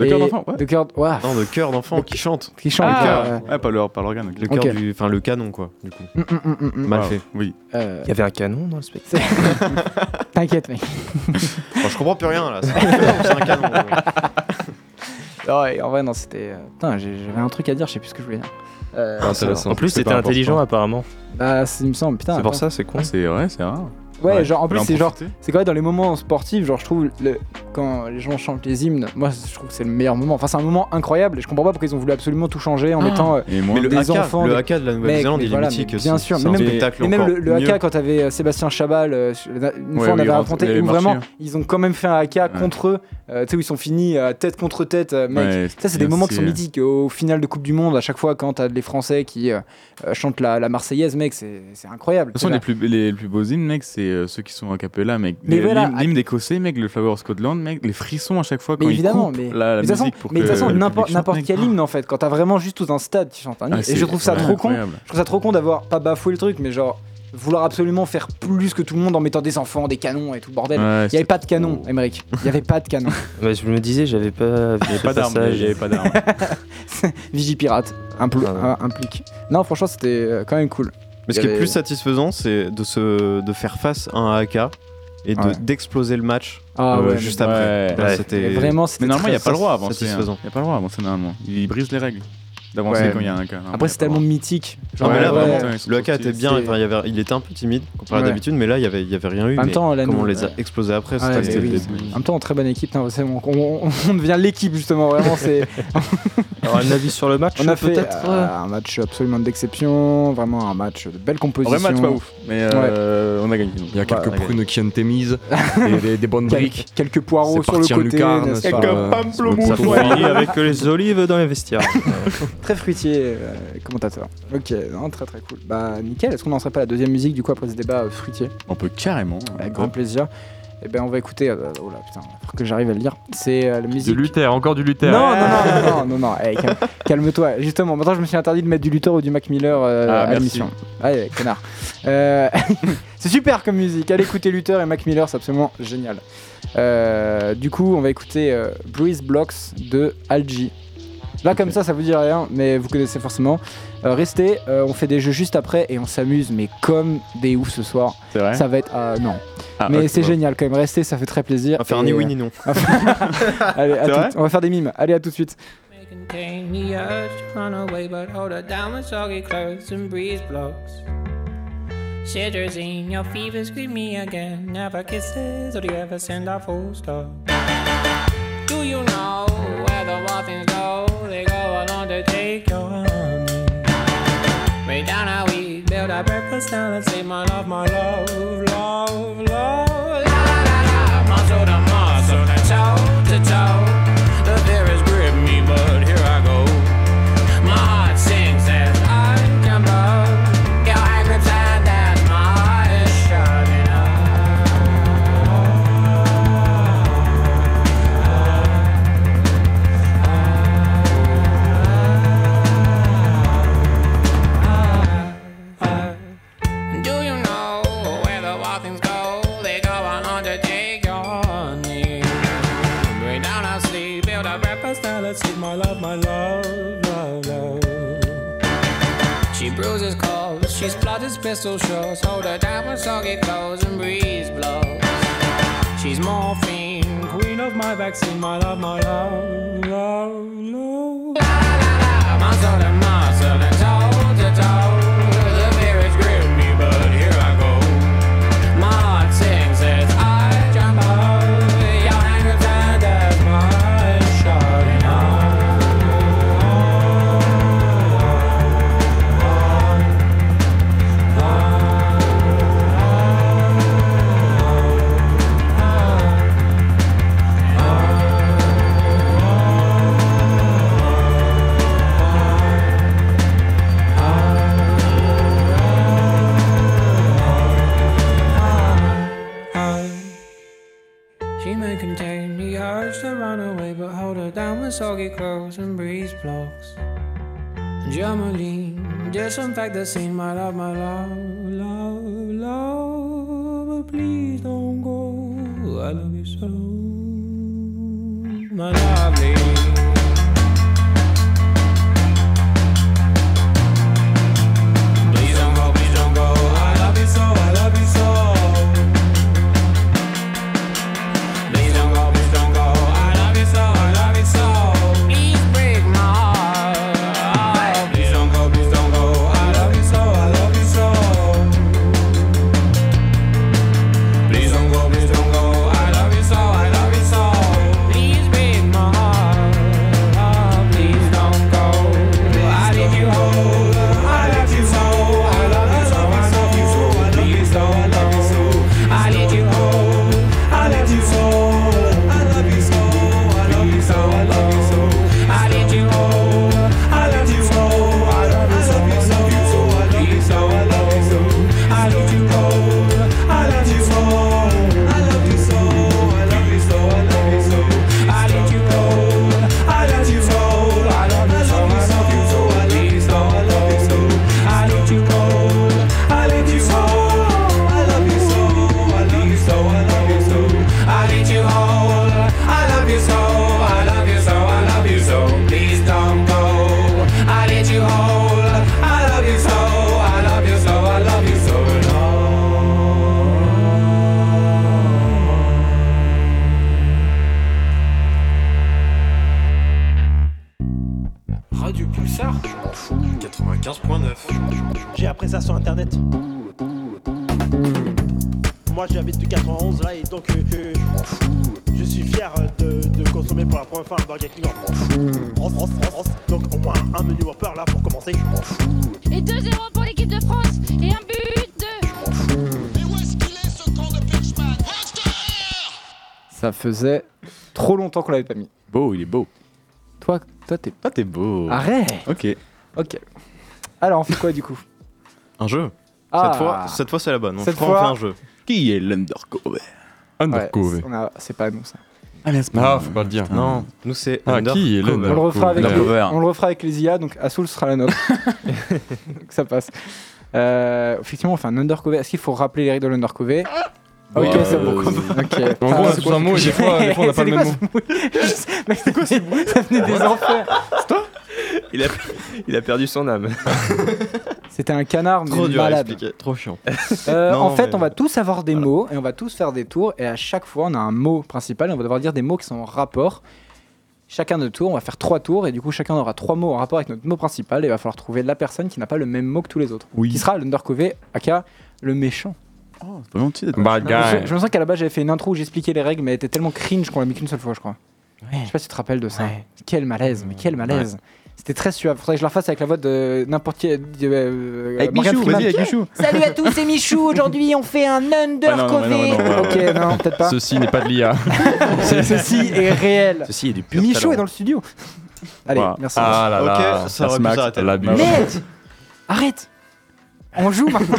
Speaker 6: Le cœur
Speaker 2: Et-
Speaker 6: d'enfant, ouais.
Speaker 2: De cœur, waouh,
Speaker 1: non de cœur d'enfant qui chante
Speaker 2: qui chante.
Speaker 6: Ah,
Speaker 2: euh,
Speaker 6: Ouais, pas leur- pas l'organe. ok.
Speaker 1: le cœur
Speaker 2: Ok.
Speaker 1: du enfin le canon quoi du coup
Speaker 2: mm, mm, mm, mm, mm.
Speaker 1: mal
Speaker 6: Waouh,
Speaker 1: fait
Speaker 6: Oui.
Speaker 2: Euh,
Speaker 5: Il y avait un canon dans le spectacle.
Speaker 6: Ah.
Speaker 2: T'inquiète, mec.
Speaker 1: Enfin, je comprends plus rien là c'est un canon
Speaker 2: Non, et Ah en vrai, non, c'était. euh, Putain, j'ai- j'avais un truc à dire, je sais plus ce que je voulais dire. Euh,
Speaker 11: Ah, Intéressant.
Speaker 5: En plus,
Speaker 11: C'est pas
Speaker 5: c'était
Speaker 11: important.
Speaker 5: intelligent, apparemment.
Speaker 2: bah, c'est- il me semble, putain.
Speaker 5: C'est pour
Speaker 2: attends.
Speaker 5: ça, c'est con.
Speaker 6: Ah, c'est ouais, c'est rare.
Speaker 2: Ouais, genre, en plus,
Speaker 6: Faut
Speaker 2: c'est genre.
Speaker 6: profiter.
Speaker 2: C'est quand même dans les moments sportifs, genre, je trouve, le- quand les gens chantent les hymnes, moi, je trouve que c'est le meilleur moment. Enfin, c'est un moment incroyable, et je comprends pas pourquoi ils ont voulu absolument tout changer en mettant. euh,
Speaker 6: Et moi,
Speaker 1: mais le
Speaker 2: Des
Speaker 1: haka
Speaker 2: enfants,
Speaker 1: le
Speaker 2: des-
Speaker 1: haka de la
Speaker 2: Mec,
Speaker 1: Nouvelle-Zélande
Speaker 2: mais
Speaker 1: il est
Speaker 2: voilà,
Speaker 1: mythique
Speaker 2: mais bien
Speaker 1: aussi.
Speaker 2: sûr,
Speaker 1: c'est
Speaker 2: mais
Speaker 1: un
Speaker 2: même-
Speaker 1: spectacle
Speaker 2: Et même
Speaker 1: encore
Speaker 2: le, le
Speaker 1: mieux.
Speaker 2: haka, quand t'avais euh, Sébastien Chabal, euh, sur- la- une
Speaker 6: Ouais,
Speaker 2: fois
Speaker 6: oui,
Speaker 2: on avait
Speaker 6: il rentre- il
Speaker 2: raconté,
Speaker 6: allait
Speaker 2: où
Speaker 6: marcher,
Speaker 2: vraiment,
Speaker 6: hein.
Speaker 2: ils ont quand même fait un haka
Speaker 6: Ouais.
Speaker 2: contre eux, euh, tu sais, où ils sont finis euh, tête contre tête, euh, mec.
Speaker 6: Ouais,
Speaker 2: Ça, c'est des
Speaker 6: bien
Speaker 2: moments qui sont
Speaker 6: sûr.
Speaker 2: mythiques. Au final de Coupe du Monde, à chaque fois, quand t'as les Français qui euh, euh, chantent la, la Marseillaise, mec, c'est c'est incroyable.
Speaker 6: De toute façon,
Speaker 2: C'est
Speaker 6: les
Speaker 2: là.
Speaker 6: plus, les, les plus beaux hymnes, mec, c'est euh, ceux qui sont a cappella, mec.
Speaker 2: Mais
Speaker 6: Les-
Speaker 2: voilà,
Speaker 6: l'hymne-
Speaker 2: à-
Speaker 6: L'hymne écossais, mec, le Flower of Scotland, mec, les frissons à chaque fois quand
Speaker 2: Mais
Speaker 6: ils
Speaker 2: évidemment,
Speaker 6: coupent
Speaker 2: mais
Speaker 6: la, la
Speaker 2: mais de toute façon-
Speaker 6: musique pour
Speaker 2: mais de
Speaker 6: que
Speaker 2: toute façon,
Speaker 6: le
Speaker 2: n'importe
Speaker 6: public chante,
Speaker 2: n'importe
Speaker 6: mec.
Speaker 2: quel hymne, en fait, quand t'as vraiment juste tout un stade qui chante un hymne.
Speaker 6: Ah,
Speaker 2: et
Speaker 6: c'est
Speaker 2: je trouve ça
Speaker 6: vraiment
Speaker 2: trop con.
Speaker 6: incroyable.
Speaker 2: Je trouve ça trop con d'avoir pas bafoué le truc, mais genre vouloir absolument faire plus que tout le monde en mettant des enfants, des canons et tout le bordel.
Speaker 6: Ouais,
Speaker 2: Il y avait
Speaker 6: c'était-
Speaker 2: pas de canon, Émeric. Il y avait pas de canon.
Speaker 5: Ouais, je me disais, j'avais pas.
Speaker 6: il y avait pas d'armes. Il y avait pas d'armes.
Speaker 2: Vigipirate, impl-
Speaker 5: Ah ouais.
Speaker 2: un- implique. Non, franchement, c'était euh, quand même cool.
Speaker 1: mais ce
Speaker 2: Il y
Speaker 1: qui est
Speaker 2: avait-
Speaker 1: plus satisfaisant c'est de se de faire face à un haka et de-
Speaker 2: Ouais.
Speaker 1: d'exploser le match
Speaker 2: Ah
Speaker 1: euh,
Speaker 2: ouais,
Speaker 1: juste
Speaker 6: mais-
Speaker 1: après
Speaker 6: Ouais.
Speaker 1: Là,
Speaker 5: Ouais.
Speaker 2: mais-
Speaker 1: c'était
Speaker 2: mais vraiment, c'était
Speaker 6: Mais normalement, il n'y
Speaker 2: très-
Speaker 6: a pas le droit à avancer. hein. Il n'y
Speaker 1: satisfaisant.
Speaker 6: a pas le droit à avancer, normalement. Ils brisent les règles d'avancer
Speaker 2: Ouais.
Speaker 6: quand il y a un cas.
Speaker 2: Après, c'est tellement mythique.
Speaker 1: Non, mais
Speaker 6: Ouais,
Speaker 1: là,
Speaker 6: ouais,
Speaker 1: vraiment,
Speaker 6: ouais, ils sont
Speaker 1: le haka
Speaker 6: sortis,
Speaker 1: était bien,
Speaker 2: c'est-
Speaker 1: enfin, il, y avait, il était un peu timide comparé
Speaker 2: Ouais.
Speaker 1: à d'habitude, mais là, il n'y avait, il y avait rien eu.
Speaker 2: En même
Speaker 1: mais
Speaker 2: temps, la
Speaker 1: comme on
Speaker 2: nou-
Speaker 1: les a explosés après,
Speaker 2: Ouais,
Speaker 1: c'était
Speaker 2: mais
Speaker 1: c'était
Speaker 2: oui.
Speaker 1: le début.
Speaker 2: En même temps, très bonne équipe. non, c'est- on, on- on devient l'équipe, justement, vraiment. c'est-
Speaker 5: Alors, un avis sur le match
Speaker 2: On a fait
Speaker 5: peut-être
Speaker 2: euh, un match absolument d'exception, vraiment un match de belle composition.
Speaker 6: Vrai match pas ouf, mais euh, on a gagné. donc.
Speaker 11: Il y a quelques
Speaker 1: Bah, ouais.
Speaker 11: prunes qui ont été mises, des, des, des bonnes
Speaker 2: Quel-
Speaker 11: briques.
Speaker 2: Quelques poireaux
Speaker 11: C'est
Speaker 2: sur le
Speaker 11: parti en
Speaker 2: côté.
Speaker 11: lucarne,
Speaker 2: n'est-ce
Speaker 11: c'est
Speaker 2: pas
Speaker 11: pas- euh,
Speaker 5: Ça
Speaker 11: Ça
Speaker 5: finit
Speaker 11: finit
Speaker 5: avec les olives dans les vestiaires.
Speaker 2: Très fruitier, euh, commentateur. Ok, non, très très cool. Bah nickel, est-ce qu'on lancerait pas la deuxième musique du coup après ce débat euh, fruitier
Speaker 6: On peut carrément. euh,
Speaker 2: Avec grand plaisir. Et ben on va écouter. euh, oh là putain, faut que j'arrive à le lire. C'est euh, la
Speaker 3: Du
Speaker 2: musique.
Speaker 3: Luther, encore du Luther.
Speaker 2: non, non, non, non, non, non, non, hey, calme- calme-toi. Justement, maintenant je me suis interdit de mettre du Luther ou du Mac Miller euh,
Speaker 6: Ah,
Speaker 2: à
Speaker 6: merci.
Speaker 2: l'émission. Allez, connard. Euh, c'est super comme musique. Allez écouter Luther et Mac Miller, c'est absolument génial. Euh, du coup, on va écouter euh, Breeze Blocks de Algie. Là, comme ça, ça vous dit rien, mais vous connaissez forcément. Euh, restez, euh, on fait des jeux juste après et on s'amuse, mais comme des oufs ce soir.
Speaker 6: C'est vrai.
Speaker 2: Ça va être. euh, non.
Speaker 6: Ah,
Speaker 2: mais
Speaker 6: ok,
Speaker 2: c'est
Speaker 6: bon.
Speaker 2: génial quand même, restez, ça fait très plaisir.
Speaker 1: On va faire ni
Speaker 2: Et, euh,
Speaker 1: oui ni non.
Speaker 2: Allez, à
Speaker 6: C'est
Speaker 2: tout-
Speaker 6: vrai
Speaker 2: on va faire des mimes. Allez, à tout de suite.
Speaker 12: Contain the urge to run away, but hold her down when soggy clothes and breeze blocks. Shivers in your fever, scream me again. Never kisses, or do you ever send a full stop? Do you know where the muffins go? They go along to take your honey. Way down how we build our breakfast down and say, my love, my love, love, love. La la la la, muscle to muscle, to toe to toe. The fear has gripped me, but here I go. My heart sings as I come up. Your hand grips and as my heart is shutting up. Do you know where the wild things go? They go on undertake your need. Bring down our sleep, build our breakfast, now let's eat my love, my love, love, love. She bruises calls, she splutters pistol shows, hold her down when soggy clothes and breeze blows. She's morphine, queen of my vaccine, my love, my love, love, love. La la la la, muscle to muscle and toe to toe. The fear is gripped me, but here I go. My heart sings as I jump out. Your hand grips and as mine shouting She may contain the urge to run away, but hold her down with soggy clothes and breeze blocks. Germaline, disinfect the scene, my love, my love, love, love. But please don't go, I love you so, my lovely. Please don't go, please don't go, I love you so, I love you so. Please don't go, please don't go. I love you so, I love you so. Please break my heart. Please don't go, please don't go. I love you so, I love you so. Please don't go, please don't go. I love you so, I love you so. Please break my heart. Please don't go. I need you whole. I love you so, I love you so, I love you so. Please don't go. I need you whole. I love you so. I love you so. I love you so. I love you so. I need you all. I love you so. I love you so. I love you so. I love you so. I love you so. I need you all. I love you so. I love you so. I love you so. I love you so. I need you all. I love you so. I love you so. I love you so. I love you so. I love you so. I need you all. I love you so. I love you so. I love you so. I love you so. I need you all. I love you so. I love you so. I love you so. Please don't go. I need you all. I love you so. I love you so. I love you so.
Speaker 10: Radio Pulsar Je m'en fous. 95.9.
Speaker 13: J'ai appris ça sur internet. Moi j'habite du 91 là et donc euh, euh, je suis fier euh, de, de consommer pour la première fois un Burger King en France. Donc au moins un menu Whopper là pour commencer.
Speaker 14: Et 2-0 pour l'équipe de France et un but de.
Speaker 2: Ça faisait trop longtemps qu'on l'avait pas mis.
Speaker 6: Beau, il est beau.
Speaker 2: Toi, toi t'es.
Speaker 6: Toi, t'es beau.
Speaker 2: Arrête
Speaker 6: Ok.
Speaker 2: Ok. Alors on fait quoi du coup
Speaker 1: Un jeu
Speaker 2: Ah.
Speaker 1: Cette fois, cette fois c'est la bonne. On
Speaker 2: Cette
Speaker 1: je crois qu'on
Speaker 2: fois-
Speaker 1: fait un jeu.
Speaker 6: Qui est l'Undercover
Speaker 3: Ah,
Speaker 2: Ouais, c'est- on a- C'est pas nous ça.
Speaker 6: Ah,
Speaker 1: c'est pas-
Speaker 11: Ah, faut pas le dire.
Speaker 1: Non, nous c'est
Speaker 11: Ah,
Speaker 1: Under
Speaker 11: qui est
Speaker 1: Cover.
Speaker 2: On le, refera avec les,
Speaker 11: Undercover.
Speaker 2: on le refera avec les IA, donc Asoul sera la nôtre. donc ça passe. Euh, effectivement, on fait un undercover. Est-ce qu'il faut rappeler les règles de l'undercover Ok,
Speaker 11: Ouais,
Speaker 2: c'est bon.
Speaker 11: euh,
Speaker 2: Ok. Ah,
Speaker 11: En gros, on a
Speaker 2: c'est
Speaker 11: tous
Speaker 2: quoi
Speaker 11: un mot et des fois- des fois, on n'a pas le même
Speaker 2: mot. C'est quoi ce bruit Ça venait des enfers.
Speaker 5: Il a, il a perdu son âme.
Speaker 2: C'était un canard, mais
Speaker 5: Trop dur à
Speaker 2: malade.
Speaker 5: expliquer,
Speaker 1: trop chiant.
Speaker 2: Euh, en fait,
Speaker 5: mais-
Speaker 2: on va tous avoir des mots et on va tous faire des tours. Et à chaque fois, on a un mot principal et on va devoir dire des mots qui sont en rapport. Chacun de tour, on va faire trois tours et du coup, chacun aura trois mots en rapport avec notre mot principal. Et il va falloir trouver la personne qui n'a pas le même mot que tous les autres. Qui sera l'undercover, aka le méchant.
Speaker 6: C'est pas gentil d'être
Speaker 5: Bah,
Speaker 2: Je me sou- Je me sens qu'à la base j'avais fait une intro où j'expliquais les règles, mais elle était tellement cringe qu'on l'a mis qu'une seule fois, je crois. Je sais pas si tu te rappelles de ça. Quel malaise, mais quel malaise. C'était très suave. Faudrait que je la refasse avec la voix de n'importe qui. de, euh,
Speaker 6: Avec
Speaker 2: Morgan
Speaker 6: Michou,
Speaker 2: Freeman.
Speaker 6: vas-y, avec Michou.
Speaker 2: Salut à tous, c'est Michou. Aujourd'hui, on fait un undercover. ok, non, peut-être pas.
Speaker 3: Ceci n'est pas de l'IA.
Speaker 2: Ceci est réel.
Speaker 3: Ceci est du pur
Speaker 2: Michou
Speaker 3: talent.
Speaker 2: est dans le studio. Allez,
Speaker 3: Voilà.
Speaker 2: merci.
Speaker 3: Ah là là,
Speaker 1: Ok, ça aurait
Speaker 3: se
Speaker 1: pu
Speaker 3: max,
Speaker 1: s'arrêter.
Speaker 3: l'abus.
Speaker 2: Merde Arrête On joue maintenant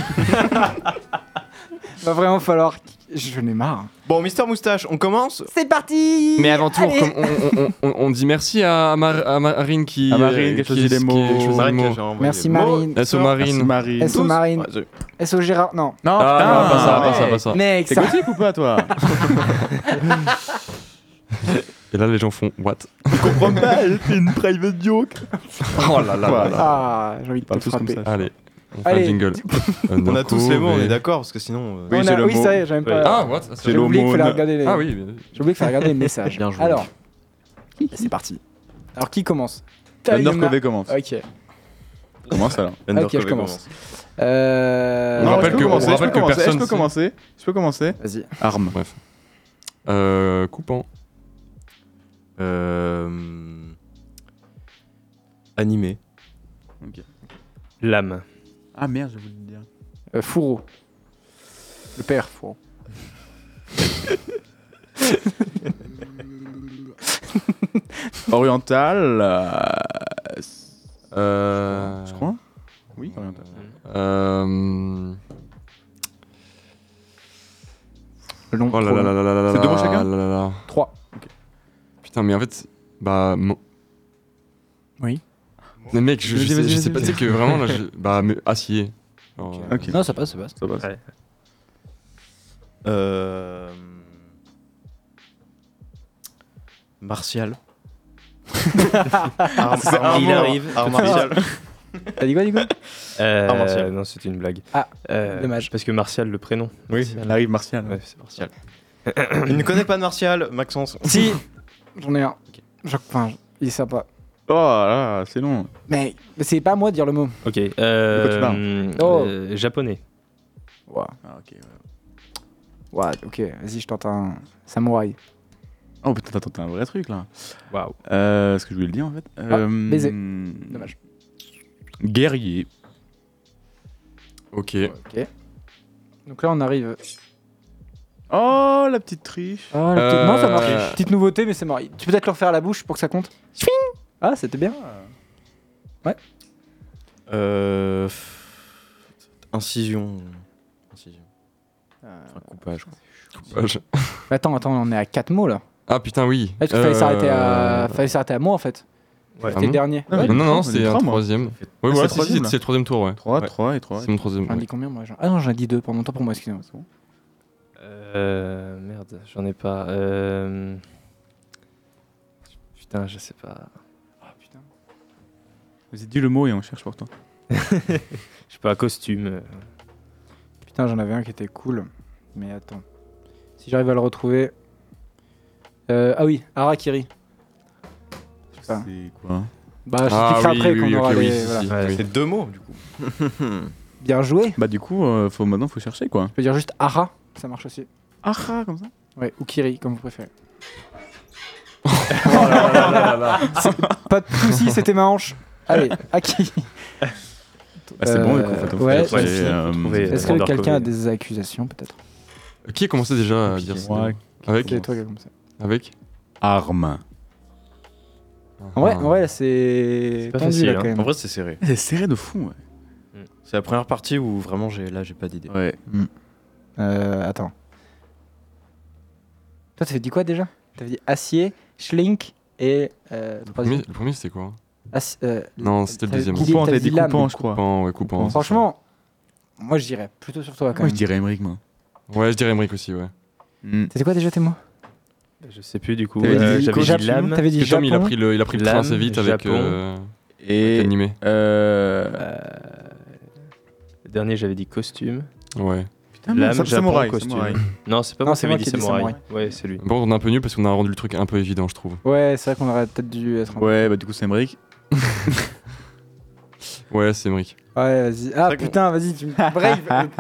Speaker 2: Va vraiment falloir. Je n'ai marre.
Speaker 1: Bon, Mister Moustache, on commence
Speaker 2: C'est parti
Speaker 3: Mais avant tout, on,
Speaker 2: Allez.
Speaker 3: on- on- on- on dit merci à, Mar- à Marine qui.
Speaker 6: À Marine qui a choisi les mots.
Speaker 1: Marine qui a envoyé
Speaker 2: Merci Marine.
Speaker 3: SO Marine.
Speaker 2: SO Marine. SO Gérard. Non.
Speaker 6: Non,
Speaker 3: Ah,
Speaker 6: putain,
Speaker 3: non, pas ça,
Speaker 6: ouais.
Speaker 3: pas ça, pas ça.
Speaker 2: Mec,
Speaker 6: T'es
Speaker 2: ça-
Speaker 6: gothique ou pas, toi
Speaker 3: Et là, les gens font what
Speaker 6: Comprends pas, c'est une private joke.
Speaker 3: Oh là là là là.
Speaker 2: Ah, j'ai envie de
Speaker 3: Pas
Speaker 2: te
Speaker 3: tous
Speaker 2: frapper.
Speaker 3: comme ça. Allez, on fait
Speaker 2: Allez.
Speaker 3: un jingle.
Speaker 1: On a tous les mots, on est
Speaker 3: Undercover.
Speaker 1: d'accord, parce que sinon. euh,
Speaker 2: On a- oui, ça y est, j'avais pas.
Speaker 3: Ah, what
Speaker 2: J'ai oublié qu'il fallait regarder les.
Speaker 3: Ah oui, bien-
Speaker 2: J'ai oublié qu'il fallait regarder les messages.
Speaker 3: Bien joué.
Speaker 2: Alors, c'est parti. Alors qui commence
Speaker 6: Undercover
Speaker 2: Taïma-
Speaker 6: commence.
Speaker 2: Ok.
Speaker 6: Commence alors.
Speaker 2: Ok, je commence. Euh,
Speaker 6: Euh, Non, je peux
Speaker 2: je
Speaker 6: commencer,
Speaker 2: peux
Speaker 6: je peux
Speaker 2: commencer.
Speaker 6: commencer, Je peux commencer. Je peux commencer.
Speaker 2: Vas-y.
Speaker 6: Arme.
Speaker 3: Bref. Euh, coupant.
Speaker 1: Euh... Animé.
Speaker 5: Lame.
Speaker 6: Ah merde, je voulais le dire.
Speaker 2: Euh, Fourreau. Le père Fourreau.
Speaker 6: Oriental. euh,
Speaker 3: Euh...
Speaker 6: Je crois. Oui, oriental.
Speaker 3: Euh...
Speaker 2: Long.
Speaker 3: Oh là là là là là là
Speaker 6: C'est deux mots
Speaker 3: là
Speaker 6: chacun
Speaker 3: là là là.
Speaker 2: Trois.
Speaker 3: Putain, mais en fait, bah. mo-
Speaker 2: Oui.
Speaker 3: Mais mec, je, je
Speaker 6: Vas-y,
Speaker 3: sais,
Speaker 6: vas-y,
Speaker 3: je sais
Speaker 6: vas-y,
Speaker 3: pas, tu sais
Speaker 6: vas-y.
Speaker 3: que vraiment là, je- bah, mais acier. Genre, euh,
Speaker 6: Ok.
Speaker 2: Non, ça passe, ça passe.
Speaker 6: Ça passe.
Speaker 1: Euh... Martial. Arme-
Speaker 5: C'est
Speaker 1: arme-
Speaker 5: il arrive.
Speaker 1: Arme martiale.
Speaker 2: T'as dit quoi, du coup
Speaker 5: Euh,
Speaker 1: Ah, Martial.
Speaker 5: Non, c'était une blague.
Speaker 2: Ah,
Speaker 5: Euh,
Speaker 2: dommage.
Speaker 5: Parce que Martial, le prénom.
Speaker 6: Oui, elle arrive martiale.
Speaker 5: Ouais, c'est Martial.
Speaker 1: Il ne connaît pas de Martial, Maxence.
Speaker 2: Si, j'en ai un. Je- Enfin, il est sympa.
Speaker 6: Oh là, là, c'est long.
Speaker 2: Mais, mais c'est pas à moi de dire le mot.
Speaker 5: Ok. euh,
Speaker 6: De quoi tu parles
Speaker 5: euh,
Speaker 2: Oh.
Speaker 5: Japonais.
Speaker 2: Ouais,
Speaker 6: Ah, ok, ouais.
Speaker 2: ouais, ok, vas-y, je tente un samouraï.
Speaker 6: Oh putain, t'as tenté un vrai truc là.
Speaker 5: Waouh.
Speaker 6: Euh, ce que je voulais le dire en fait. Euh,
Speaker 2: baiser.
Speaker 6: hmm,
Speaker 2: Dommage.
Speaker 6: Guerrier.
Speaker 3: Ok.
Speaker 2: Ok. Donc là, on arrive.
Speaker 6: Oh la petite triche.
Speaker 2: Ah, la
Speaker 3: Euh,
Speaker 2: petite... Non, ça marche.
Speaker 3: triche.
Speaker 2: Petite nouveauté, mais c'est marrant. Tu peux peut-être leur faire à la bouche pour que ça compte Swing Ah, c'était bien.
Speaker 1: Euh... pff, Incision. Incision.
Speaker 2: Euh,
Speaker 1: Enfin, coupage. quoi.
Speaker 3: Ah, je-
Speaker 2: Attends, attends, on est à 4 mots là.
Speaker 3: Ah putain, oui.
Speaker 2: Ah, parce qu'il fallait
Speaker 3: Euh,
Speaker 2: s'arrêter à... fallait s'arrêter à moi en fait.
Speaker 5: Ouais.
Speaker 2: C'était
Speaker 3: Ah
Speaker 2: le
Speaker 3: bon
Speaker 2: dernier.
Speaker 6: Non, mais-
Speaker 3: Non, non,
Speaker 6: On
Speaker 3: non,
Speaker 6: est
Speaker 3: c'est
Speaker 6: trois,
Speaker 3: un
Speaker 6: moi. Ah,
Speaker 3: troisième. Oui,
Speaker 6: c'est
Speaker 3: voilà,
Speaker 6: le
Speaker 3: si,
Speaker 6: troisième,
Speaker 3: si,
Speaker 6: là.
Speaker 3: c'est le troisième tour, ouais.
Speaker 6: 3,
Speaker 3: Ouais,
Speaker 6: 3 et 3.
Speaker 3: C'est mon troisième.
Speaker 2: J'en
Speaker 3: ouais.
Speaker 2: dis combien moi j'en- Ah non, j'en ai dit 2, pardon, tant pour moi, excusez-moi.
Speaker 5: Euh, merde, j'en ai pas. Euh... Putain, je sais pas.
Speaker 2: Ah putain.
Speaker 6: Vas-y, dis le mot et on cherche pour toi.
Speaker 5: Je sais pas, costume. euh,
Speaker 2: Putain, j'en avais un qui était cool. Mais attends. Si j'arrive à le retrouver. Euh, ah oui, Harakiri. Ah.
Speaker 6: C'est quoi
Speaker 2: Bah, je
Speaker 3: Ah
Speaker 2: t'expliquerai après
Speaker 3: oui, oui,
Speaker 2: qu'on
Speaker 3: oui,
Speaker 2: aura
Speaker 3: ok,
Speaker 2: les.
Speaker 3: oui, si,
Speaker 2: voilà.
Speaker 3: si.
Speaker 5: Ouais,
Speaker 3: Oui.
Speaker 1: C'est deux mots, du coup.
Speaker 2: Bien joué.
Speaker 6: Bah, du coup, euh, faut, maintenant faut chercher quoi.
Speaker 2: Je peux dire juste Ara, ça marche aussi.
Speaker 6: Ah, comme ça
Speaker 2: Ouais, ou Kiri, comme vous préférez. Pas de soucis, c'était ma hanche. Allez, à qui
Speaker 6: Ah, c'est bon, du coup,
Speaker 2: Euh,
Speaker 6: faut
Speaker 2: ouais,
Speaker 6: faut-
Speaker 5: ouais,
Speaker 6: faut-
Speaker 5: c'est-
Speaker 6: faut-
Speaker 5: trouver-
Speaker 6: faut-
Speaker 2: Est-ce que
Speaker 5: Undercover.
Speaker 2: quelqu'un a des accusations peut-être
Speaker 3: Qui a commencé déjà à Ah, dire ça
Speaker 6: Ouais,
Speaker 3: Avec
Speaker 2: C'est toi qui as commencé.
Speaker 3: Avec
Speaker 6: Arme.
Speaker 3: Ah.
Speaker 2: En vrai, en vrai, là, c'est.
Speaker 5: C'est pas
Speaker 2: tendu,
Speaker 5: facile,
Speaker 2: là,
Speaker 5: hein.
Speaker 2: quand même.
Speaker 1: En vrai, c'est serré.
Speaker 6: C'est serré de fou, ouais.
Speaker 1: C'est la première partie où vraiment, j'ai là, j'ai pas d'idée.
Speaker 6: Ouais.
Speaker 2: Euh, attends. Toi, t'avais dit quoi déjà T'avais dit acier, schlink et. Euh,
Speaker 3: Le
Speaker 2: le troisième.
Speaker 3: premier, le premier, c'était quoi
Speaker 2: Aci- euh,
Speaker 3: Non, c'était le
Speaker 2: t'avais-
Speaker 3: deuxième.
Speaker 2: t'avais dit-
Speaker 6: Coupant,
Speaker 2: t'avais
Speaker 6: t'as
Speaker 2: dit
Speaker 6: dit
Speaker 2: lame.
Speaker 6: coupant, je crois.
Speaker 3: Coupant, ouais, coupant.
Speaker 2: Franchement, moi, je dirais plutôt sur toi quand
Speaker 6: Moi, je
Speaker 2: même.
Speaker 6: dirais Emmerich, moi.
Speaker 3: Ouais, je dirais Emmerich aussi, ouais.
Speaker 6: Hmm.
Speaker 2: C'était quoi déjà tes mots
Speaker 5: Je sais plus du coup.
Speaker 6: T'avais
Speaker 5: Euh,
Speaker 6: dit
Speaker 5: J'avais
Speaker 6: Japon,
Speaker 5: dit lame.
Speaker 2: T'avais dit
Speaker 3: Parce que Tom, il a
Speaker 2: Japon.
Speaker 3: pris le, il a pris le train
Speaker 5: Lame,
Speaker 3: assez vite avec,
Speaker 5: Japon.
Speaker 3: euh, avec
Speaker 6: Et.
Speaker 3: l'animé.
Speaker 6: Euh.
Speaker 5: Le dernier, j'avais dit costume.
Speaker 3: Ouais.
Speaker 6: Putain, mais
Speaker 5: lame,
Speaker 6: ça-
Speaker 5: Japon,
Speaker 6: samouraï.
Speaker 5: costume.
Speaker 6: samouraï.
Speaker 5: Non, c'est pas
Speaker 2: Non,
Speaker 5: moi
Speaker 2: c'est
Speaker 5: qui avais
Speaker 2: moi
Speaker 5: dit
Speaker 2: qui ai dit
Speaker 5: samouraï. Ouais, c'est lui.
Speaker 3: Bon, on est un peu nul parce qu'on a rendu le truc un peu évident, je trouve.
Speaker 2: Ouais, c'est vrai qu'on aurait peut-être dû être. un-
Speaker 6: Ouais, bah, du coup, c'est Emmerich.
Speaker 3: Ouais, c'est Emmerich.
Speaker 2: Ouais, vas-y. Ah putain, vas-y, tu me brave.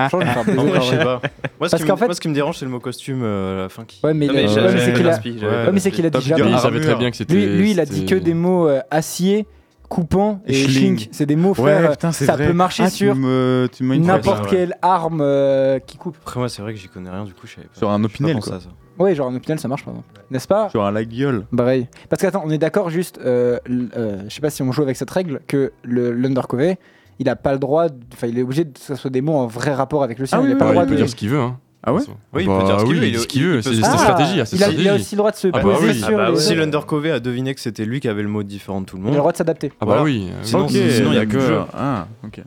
Speaker 2: Change de forme,
Speaker 1: En
Speaker 2: désolé,
Speaker 1: vrai, je sais
Speaker 2: ouais.
Speaker 1: pas. Moi, ce
Speaker 2: Parce
Speaker 1: qui
Speaker 2: qu'en
Speaker 1: me-
Speaker 2: fait,
Speaker 1: moi, ce qui me dérange, c'est le mot costume euh, à la fin. Qui...
Speaker 2: Ouais, mais,
Speaker 1: Non,
Speaker 2: il a-
Speaker 1: j'ai-
Speaker 2: ouais, mais c'est
Speaker 1: j'ai
Speaker 2: qu'il a,
Speaker 1: l'inspi,
Speaker 2: ouais,
Speaker 1: j'avais-
Speaker 2: mais c'est qu'il a dit
Speaker 1: Top Gear
Speaker 2: jamais.
Speaker 1: Armure.
Speaker 3: Ah
Speaker 2: Lui, lui, il a dit que des mots euh, acier, coupant et
Speaker 6: Schling.
Speaker 2: shink. C'est des mots,
Speaker 6: Ouais,
Speaker 2: frère.
Speaker 6: putain, c'est
Speaker 2: ça
Speaker 6: vrai.
Speaker 2: peut marcher
Speaker 6: Ah, tu
Speaker 2: sur
Speaker 6: me- tu m'as une fois dit
Speaker 2: n'importe
Speaker 6: ça, ouais.
Speaker 2: quelle arme euh, qui coupe.
Speaker 1: Après, moi, c'est vrai que j'y connais rien, du coup, je savais pas.
Speaker 6: Sur un
Speaker 1: j'ai pas
Speaker 6: opinel,
Speaker 1: pensé
Speaker 6: quoi.
Speaker 1: à ça.
Speaker 2: Ouais, genre un opinel, ça marche, pardon. N'est-ce pas
Speaker 6: Sur un la gueule.
Speaker 2: Pareil. Parce qu'attends, on est d'accord juste, euh, l- euh, je sais pas si on joue avec cette règle, que le- l'undercover, il a pas le droit, de- enfin il est obligé de que ce soit des mots en vrai rapport avec le sien.
Speaker 3: Ah
Speaker 2: il a
Speaker 3: oui,
Speaker 2: pas
Speaker 3: oui,
Speaker 2: le droit
Speaker 3: il peut
Speaker 2: de-
Speaker 3: dire ce qu'il veut. Hein.
Speaker 6: Ah ouais
Speaker 1: Oui, il peut dire ce qu'il veut, il-
Speaker 3: dit ce qu'il
Speaker 1: il-
Speaker 3: veut.
Speaker 1: il peut
Speaker 3: C'est
Speaker 1: se-
Speaker 3: c'est sa
Speaker 1: Ah,
Speaker 3: stratégie. hein, c'est
Speaker 2: il a-
Speaker 3: sa
Speaker 2: il a
Speaker 3: stratégie.
Speaker 2: aussi le droit de se
Speaker 3: Ah bah
Speaker 2: poser
Speaker 3: oui.
Speaker 2: sur
Speaker 1: Ah bah,
Speaker 2: les-
Speaker 1: Si l'undercover a deviné que c'était lui qui avait le mot différent de tout
Speaker 2: Il
Speaker 1: le
Speaker 2: a
Speaker 1: monde.
Speaker 2: le droit de s'adapter.
Speaker 1: Ah bah oui. Sinon, sinon, il y a que.
Speaker 6: d'accord. Ah, ok.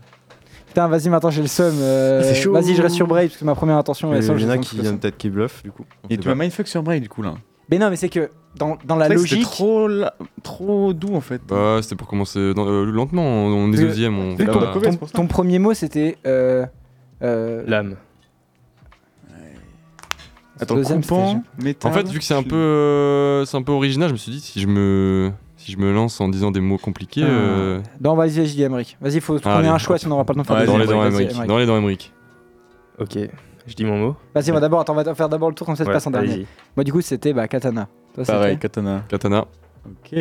Speaker 2: Putain, vas-y, maintenant j'ai le seum. euh,
Speaker 1: C'est chaud.
Speaker 2: Vas-y, je reste sur Brave parce que ma première intention est
Speaker 1: Il
Speaker 2: ça. je
Speaker 1: y en a
Speaker 2: sens
Speaker 1: qui
Speaker 2: que ça-
Speaker 1: viennent peut-être qui bluff, du coup. On
Speaker 6: Et
Speaker 1: sait
Speaker 6: tu m'as
Speaker 1: pas.
Speaker 6: mindfuck sur Braille, du coup, là.
Speaker 2: Mais non, mais c'est que dans, dans la
Speaker 6: C'est vrai que c'était
Speaker 2: logique.
Speaker 6: trop, la- trop doux, en fait.
Speaker 3: Bah, c'était pour commencer dans- euh, lentement. On est
Speaker 2: Parce que-
Speaker 3: deuxième. On
Speaker 2: ton,
Speaker 3: fait pas-
Speaker 2: ton- ton premier mot c'était. euh, euh,
Speaker 5: L'âme.
Speaker 6: Attends,
Speaker 2: deuxième,
Speaker 6: coupant,
Speaker 2: c'était-
Speaker 6: métal.
Speaker 3: En fait, vu que c'est un peu, euh, c'est un peu original, je me suis dit si je me, si je me lance en disant des mots compliqués.
Speaker 2: Ah.
Speaker 3: euh,
Speaker 2: Non, vas-y, vas-y, Emmerich. Vas-y, faut qu'on ait
Speaker 3: allez.
Speaker 2: un choix, sinon on n'aura pas le temps de faire
Speaker 3: Ouais,
Speaker 2: des
Speaker 3: dans les
Speaker 2: Emmerich,
Speaker 3: dents,
Speaker 2: vas-y,
Speaker 3: Emmerich.
Speaker 2: Emmerich.
Speaker 3: Dans les dents, Emmerich.
Speaker 5: Ok, je dis mon mot.
Speaker 2: Vas-y, on va d'abord, attends, on va faire d'abord le tour comme ça je
Speaker 5: Ouais,
Speaker 2: passe en dernier.
Speaker 5: allez-y.
Speaker 2: Moi, du coup, c'était bah, Katana. Toi, c'était-
Speaker 6: Pareil, katana.
Speaker 3: Katana.
Speaker 6: Ok.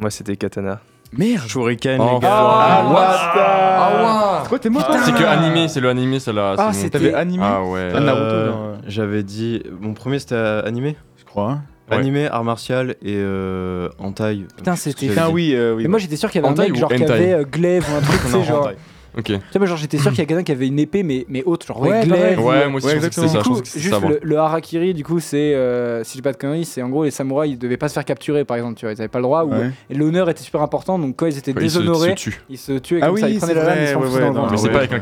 Speaker 5: Moi, c'était Katana.
Speaker 6: Merde
Speaker 5: Shuriken,
Speaker 3: Oh,
Speaker 5: les gars.
Speaker 3: fuck.
Speaker 6: Ah,
Speaker 3: C'est
Speaker 6: quoi tes mots toi
Speaker 3: C'est que animé, c'est le animé, ça là.
Speaker 6: Ah,
Speaker 3: c'est
Speaker 6: c'était-
Speaker 3: bon.
Speaker 6: T'avais animé
Speaker 3: Ah ouais.
Speaker 6: Ah, Naruto,
Speaker 1: Euh,
Speaker 6: genre, ouais.
Speaker 1: J'avais dit. Mon premier, c'était euh, animé
Speaker 6: Je crois.
Speaker 3: Ouais.
Speaker 1: Animé, art martial et euh, hentai.
Speaker 2: Putain,
Speaker 1: Je sais
Speaker 2: c'était-
Speaker 1: ce que
Speaker 2: Putain,
Speaker 1: j'avais
Speaker 6: oui,
Speaker 1: dit.
Speaker 6: euh, oui.
Speaker 2: Mais moi, j'étais sûr qu'il y avait un
Speaker 3: Hentai
Speaker 2: mec
Speaker 3: ou
Speaker 2: genre qui
Speaker 3: hentai
Speaker 2: avait euh, glaive ou un truc, tu sais,
Speaker 1: Non,
Speaker 2: genre.
Speaker 1: hentai.
Speaker 3: Ok.
Speaker 2: Tu sais, moi, genre, j'étais sûr qu'il y a quelqu'un qui avait une épée, mais, mais haute, genre, ouais,
Speaker 3: Ouais,
Speaker 2: glaive.
Speaker 3: pareil. Ouais, moi aussi, je pensais que c'était
Speaker 2: exactement. Du
Speaker 3: ça, je pensais
Speaker 2: coup,
Speaker 3: que c'était ça,
Speaker 2: Juste
Speaker 3: moi.
Speaker 2: le, le harakiri, du coup, c'est, euh, si je dis pas de conneries, c'est en gros, les samouraïs, ils devaient pas se faire capturer, par exemple, tu vois, ils avaient pas le droit, ou
Speaker 6: Ouais.
Speaker 2: et l'honneur était super important, donc quand ils étaient
Speaker 3: Ouais, ils se-
Speaker 2: déshonorés,
Speaker 3: se tuent.
Speaker 2: ils se tuaient
Speaker 6: Ah
Speaker 2: comme ça,
Speaker 6: oui,
Speaker 2: ils prenaient
Speaker 6: c'est
Speaker 2: leur lame, ils
Speaker 6: vrai,
Speaker 2: s'en
Speaker 6: ouais,
Speaker 2: foutaient
Speaker 6: ouais,
Speaker 2: dans le
Speaker 6: non,
Speaker 2: ventre.
Speaker 3: Mais c'est
Speaker 6: ouais.
Speaker 3: pas avec un.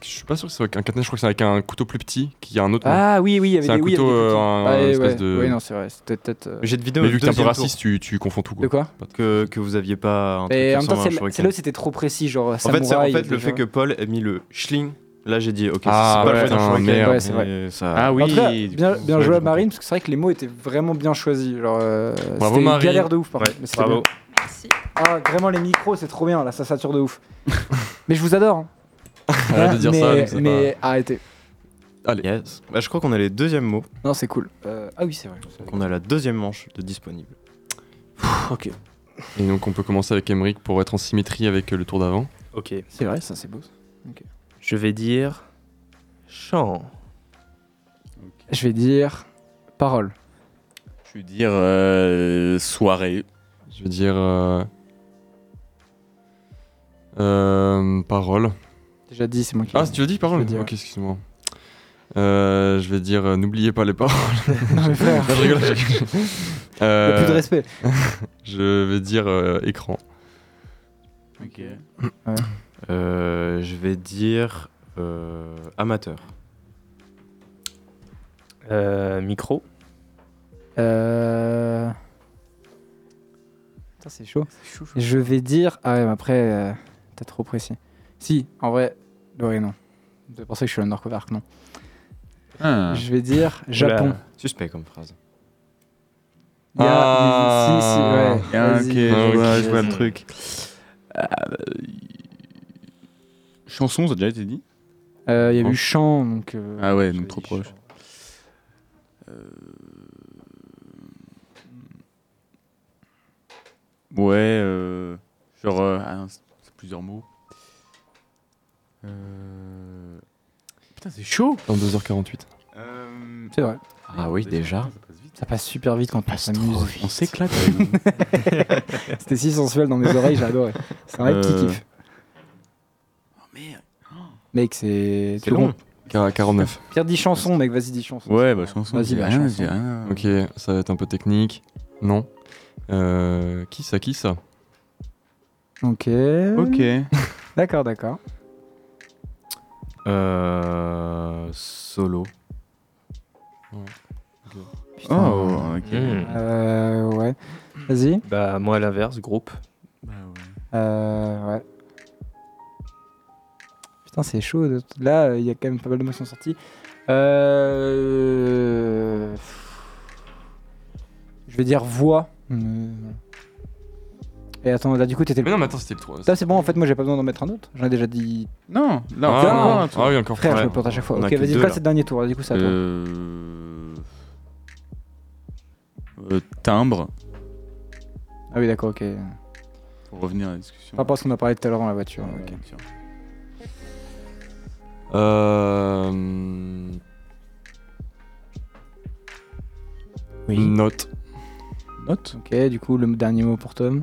Speaker 3: Je suis pas sûr que ce soit avec un katana, je crois que c'est avec un couteau plus petit, qu'il y a un autre.
Speaker 2: Ah oui, oui, il y avait
Speaker 3: C'est
Speaker 2: des
Speaker 3: un
Speaker 2: oui, il y
Speaker 3: couteau,
Speaker 2: avait des
Speaker 3: euh,
Speaker 2: petits.
Speaker 3: un-
Speaker 2: Ah,
Speaker 3: un
Speaker 2: ouais,
Speaker 3: espèce
Speaker 2: ouais.
Speaker 3: de-
Speaker 2: Oui, non, c'est vrai, c'était peut-être. euh,
Speaker 1: J'ai de vidéo.
Speaker 3: Mais vu que t'es un peu
Speaker 1: deuxième
Speaker 3: raciste, tu, tu confonds tout quoi.
Speaker 2: De quoi
Speaker 1: tour. Que, que vous aviez pas. Un truc
Speaker 2: Et
Speaker 1: qui
Speaker 2: en même temps,
Speaker 1: ressemble à un
Speaker 2: celle-
Speaker 1: shuriken.
Speaker 2: celle-là, c'était trop précis, genre
Speaker 1: En fait, c'est en
Speaker 2: samouraï,
Speaker 1: fait le
Speaker 2: déjà.
Speaker 1: fait que Paul ait mis le schling. Là, j'ai dit, ok,
Speaker 3: Ah,
Speaker 1: c'est pas le fait
Speaker 3: ouais,
Speaker 1: d'un
Speaker 3: putain,
Speaker 1: shuriken.
Speaker 3: merde.
Speaker 2: Ouais, c'est vrai.
Speaker 1: mais ça-
Speaker 6: Ah oui.
Speaker 2: En tout cas, bien,
Speaker 6: du coup,
Speaker 2: bien
Speaker 6: ouais,
Speaker 2: joué à
Speaker 6: je
Speaker 2: Marine, parce que c'est vrai que les mots étaient vraiment bien choisis. Genre, euh,
Speaker 3: Bravo,
Speaker 2: c'était une
Speaker 3: Marine.
Speaker 2: galère de ouf, par
Speaker 5: Ouais,
Speaker 2: contre, mais c'était
Speaker 5: bravo.
Speaker 2: bien. Ah, vraiment, les micros, c'est trop bien, là, ça sature de ouf. mais je vous adore. hein.
Speaker 3: Arrête de dire
Speaker 2: mais,
Speaker 3: ça, mais c'est
Speaker 2: mais arrêtez.
Speaker 3: Allez.
Speaker 1: Yes. Bah, je crois qu'on a les deuxièmes mots.
Speaker 2: Non, c'est cool. Euh, ah oui, c'est vrai.
Speaker 1: On a la deuxième manche de disponible.
Speaker 2: ok.
Speaker 3: Et donc on peut commencer avec Emmerich pour être en symétrie avec euh, le tour d'avant.
Speaker 5: Ok,
Speaker 2: C'est vrai, ça, c'est beau. ça. Ok.
Speaker 5: je vais dire. Chant.
Speaker 2: Je vais dire. Parole.
Speaker 6: Je veux dire euh, soirée.
Speaker 3: Je veux dire. Euh... euh, parole.
Speaker 2: Déjà dit, c'est moi qui.
Speaker 3: Ah, tu l'as dit, parole
Speaker 2: Je l'ai dit,
Speaker 3: Ok, excuse-moi. Euh, je vais dire, euh, n'oubliez pas les paroles.
Speaker 2: Non, mais frère.
Speaker 3: Non, je rigole, je rigole. Euh,
Speaker 2: plus de respect.
Speaker 3: je vais dire euh, écran.
Speaker 6: Ok.
Speaker 1: Euh, je vais dire euh, amateur.
Speaker 5: Euh, micro.
Speaker 2: Euh... Putain, c'est chaud. Je vais dire. Ah ouais, mais après, euh, t'es trop précis. Si, en vrai, ouais, non. C'est pour ça que je suis le Nord non.
Speaker 6: Ah.
Speaker 2: Je vais dire Japon.
Speaker 1: Suspect comme phrase.
Speaker 2: Il y a-
Speaker 3: Ah.
Speaker 2: si, si, ouais,
Speaker 6: Ah,
Speaker 2: vas-y.
Speaker 6: ok, je
Speaker 3: Ah, ok.
Speaker 6: vois, je vois le
Speaker 5: Vas-y.
Speaker 6: truc. Ah, bah, Chanson, ça a déjà été dit
Speaker 2: Euh, Il y a eu chant, donc. euh,
Speaker 6: Ah ouais, donc trop proche. Euh, Ouais, euh, genre, euh, ah non, c'est c'est plusieurs mots. Euh, Putain, c'est chaud
Speaker 3: Dans 2h48.
Speaker 2: C'est vrai.
Speaker 1: Ah oui, déjà.
Speaker 2: Ça passe super vite quand on passe la musique.
Speaker 6: On s'éclate avec vous.
Speaker 2: C'était si sensuel dans mes oreilles, j'ai adoré. C'est un mec qui
Speaker 6: Euh.
Speaker 2: kiffe. Oh, Mec, c'est.
Speaker 1: C'est long.
Speaker 3: Quar- 49.
Speaker 2: Pierre, dis chanson, mec, vas-y, dis chanson.
Speaker 6: Ouais, bah chanson,
Speaker 2: Vas-y,
Speaker 6: j'ai
Speaker 2: bah,
Speaker 6: rien,
Speaker 2: chanson.
Speaker 6: j'ai rien.
Speaker 11: Ah.
Speaker 3: Ok, ça va être un peu technique. Non. Euh, qui ça, qui ça
Speaker 2: Ok.
Speaker 6: Ok.
Speaker 2: D'accord, d'accord.
Speaker 1: Euh, solo.
Speaker 6: Oh, ok.
Speaker 5: Hmm.
Speaker 2: Euh, ouais. Vas-y.
Speaker 5: Bah, moi à l'inverse, groupe.
Speaker 2: Euh, ouais. Putain, c'est chaud. de- Là, euh, il y a quand même pas mal de mots qui sont sortis. Euh... Je vais dire voix. mais- Euh, Et attends, là du coup t'étais.
Speaker 11: Mais Eh ben non, mais attends, c'était le 3.
Speaker 2: Là c'est bon, en fait, moi j'ai pas besoin d'en mettre un autre. J'en ai déjà dit.
Speaker 6: Non,
Speaker 11: là, Ah, encore non. un tour. Ah oui, encore
Speaker 2: Frère,
Speaker 11: un.
Speaker 2: je me plante à chaque fois.
Speaker 11: On a
Speaker 2: Ok,
Speaker 11: que
Speaker 2: vas-y,
Speaker 11: deux,
Speaker 2: quoi,
Speaker 11: là.
Speaker 2: c'est le dernier tour Du coup, ça attend.
Speaker 6: Euh... euh, Timbre,
Speaker 2: Ah oui, d'accord, ok.
Speaker 6: pour revenir à la discussion.
Speaker 2: Par rapport à ce qu'on a parlé tout à l'heure dans la voiture. Ah, ok.
Speaker 11: Euh... Oui. Note.
Speaker 6: Note.
Speaker 2: Ok, du coup, le dernier mot pour Tom.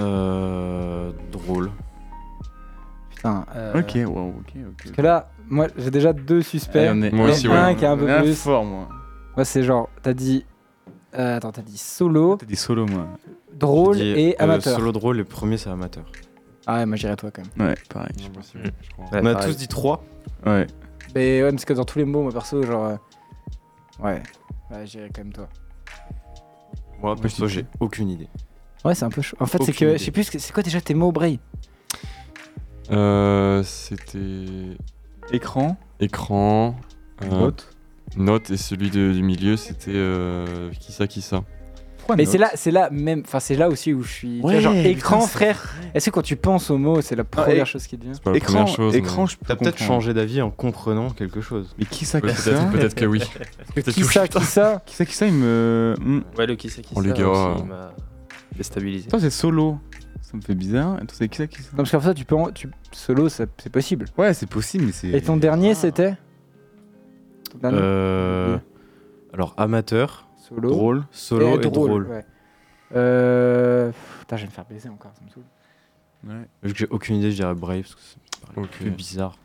Speaker 1: Euh, drôle.
Speaker 2: Putain. euh,
Speaker 6: Ok, wow, ok, ok.
Speaker 2: Parce que là, moi j'ai déjà deux suspects.
Speaker 6: Eh, on est- Moi
Speaker 2: mais
Speaker 6: aussi, ouais.
Speaker 2: un qui est un
Speaker 6: On
Speaker 2: peu
Speaker 6: est à
Speaker 2: plus.
Speaker 6: fort, moi.
Speaker 2: Moi, c'est genre, t'as dit. euh, attends, t'as dit solo.
Speaker 6: T'as dit solo, moi.
Speaker 2: Drôle
Speaker 1: J'ai dit,
Speaker 2: et
Speaker 1: euh,
Speaker 2: amateur.
Speaker 1: Solo drôle, le premier c'est amateur.
Speaker 2: Ah ouais, moi j'irai toi quand même.
Speaker 6: Ouais, pareil.
Speaker 11: Mm.
Speaker 1: On a tous dit 3.
Speaker 6: Ouais.
Speaker 2: Mais ouais, parce que dans tous les mots, moi perso, genre. euh, Ouais. Ouais, j'irai quand même toi.
Speaker 1: Moi, perso, j'ai aucune idée.
Speaker 2: Ouais, c'est un peu chaud. En fait, c'est
Speaker 1: Aucune
Speaker 2: que.
Speaker 1: idée.
Speaker 2: Je sais plus, ce que- c'est quoi déjà tes mots, Bray
Speaker 11: Euh, c'était.
Speaker 6: Écran.
Speaker 11: Écran. Euh,
Speaker 6: Note.
Speaker 11: Note et celui de- du milieu, c'était euh, qui ça, qui ça.
Speaker 2: Mais c'est là, c'est là même. Enfin, c'est là aussi où je suis. tu vois,
Speaker 11: Ouais,
Speaker 2: genre,
Speaker 11: putain,
Speaker 2: écran,
Speaker 11: c'est
Speaker 2: frère. Est-ce que quand tu penses aux mots, c'est la première
Speaker 1: éc-
Speaker 2: chose qui te vient
Speaker 11: pas la
Speaker 1: écran,
Speaker 11: première chose,
Speaker 1: écran,
Speaker 11: mais-
Speaker 1: je peux T'as peut-être
Speaker 11: comprendre.
Speaker 1: changé d'avis en comprenant quelque chose.
Speaker 6: Mais qui ça
Speaker 11: Ouais, peut-être- peut-être que oui.
Speaker 2: Peut-être Qui que oui, ça, putain. qui ça
Speaker 6: Qui ça, qui ça, il me. Hmm.
Speaker 5: Ouais, le qui c'est qui
Speaker 11: Oh, les
Speaker 5: ça
Speaker 11: gars.
Speaker 5: aussi, il m'a déstabilisé.
Speaker 6: Toi, c'est solo. Ça me fait bizarre. Et toi, c'est qui ça, qui ça
Speaker 2: Non, parce qu'en fait, tu peux. en- Tu... Solo, ça- c'est possible.
Speaker 6: Ouais, c'est possible, mais c'est.
Speaker 2: Et ton dernier, c'était Ton dernier
Speaker 1: Euh, alors, amateur,
Speaker 2: Solo.
Speaker 1: drôle, solo et, Eh, drôle.
Speaker 2: ouais. Euh. pff, Putain, je vais me faire baiser encore, ça me saoule.
Speaker 1: Vu que j'ai aucune idée, je dirais brave parce que c'est paraît plus bizarre.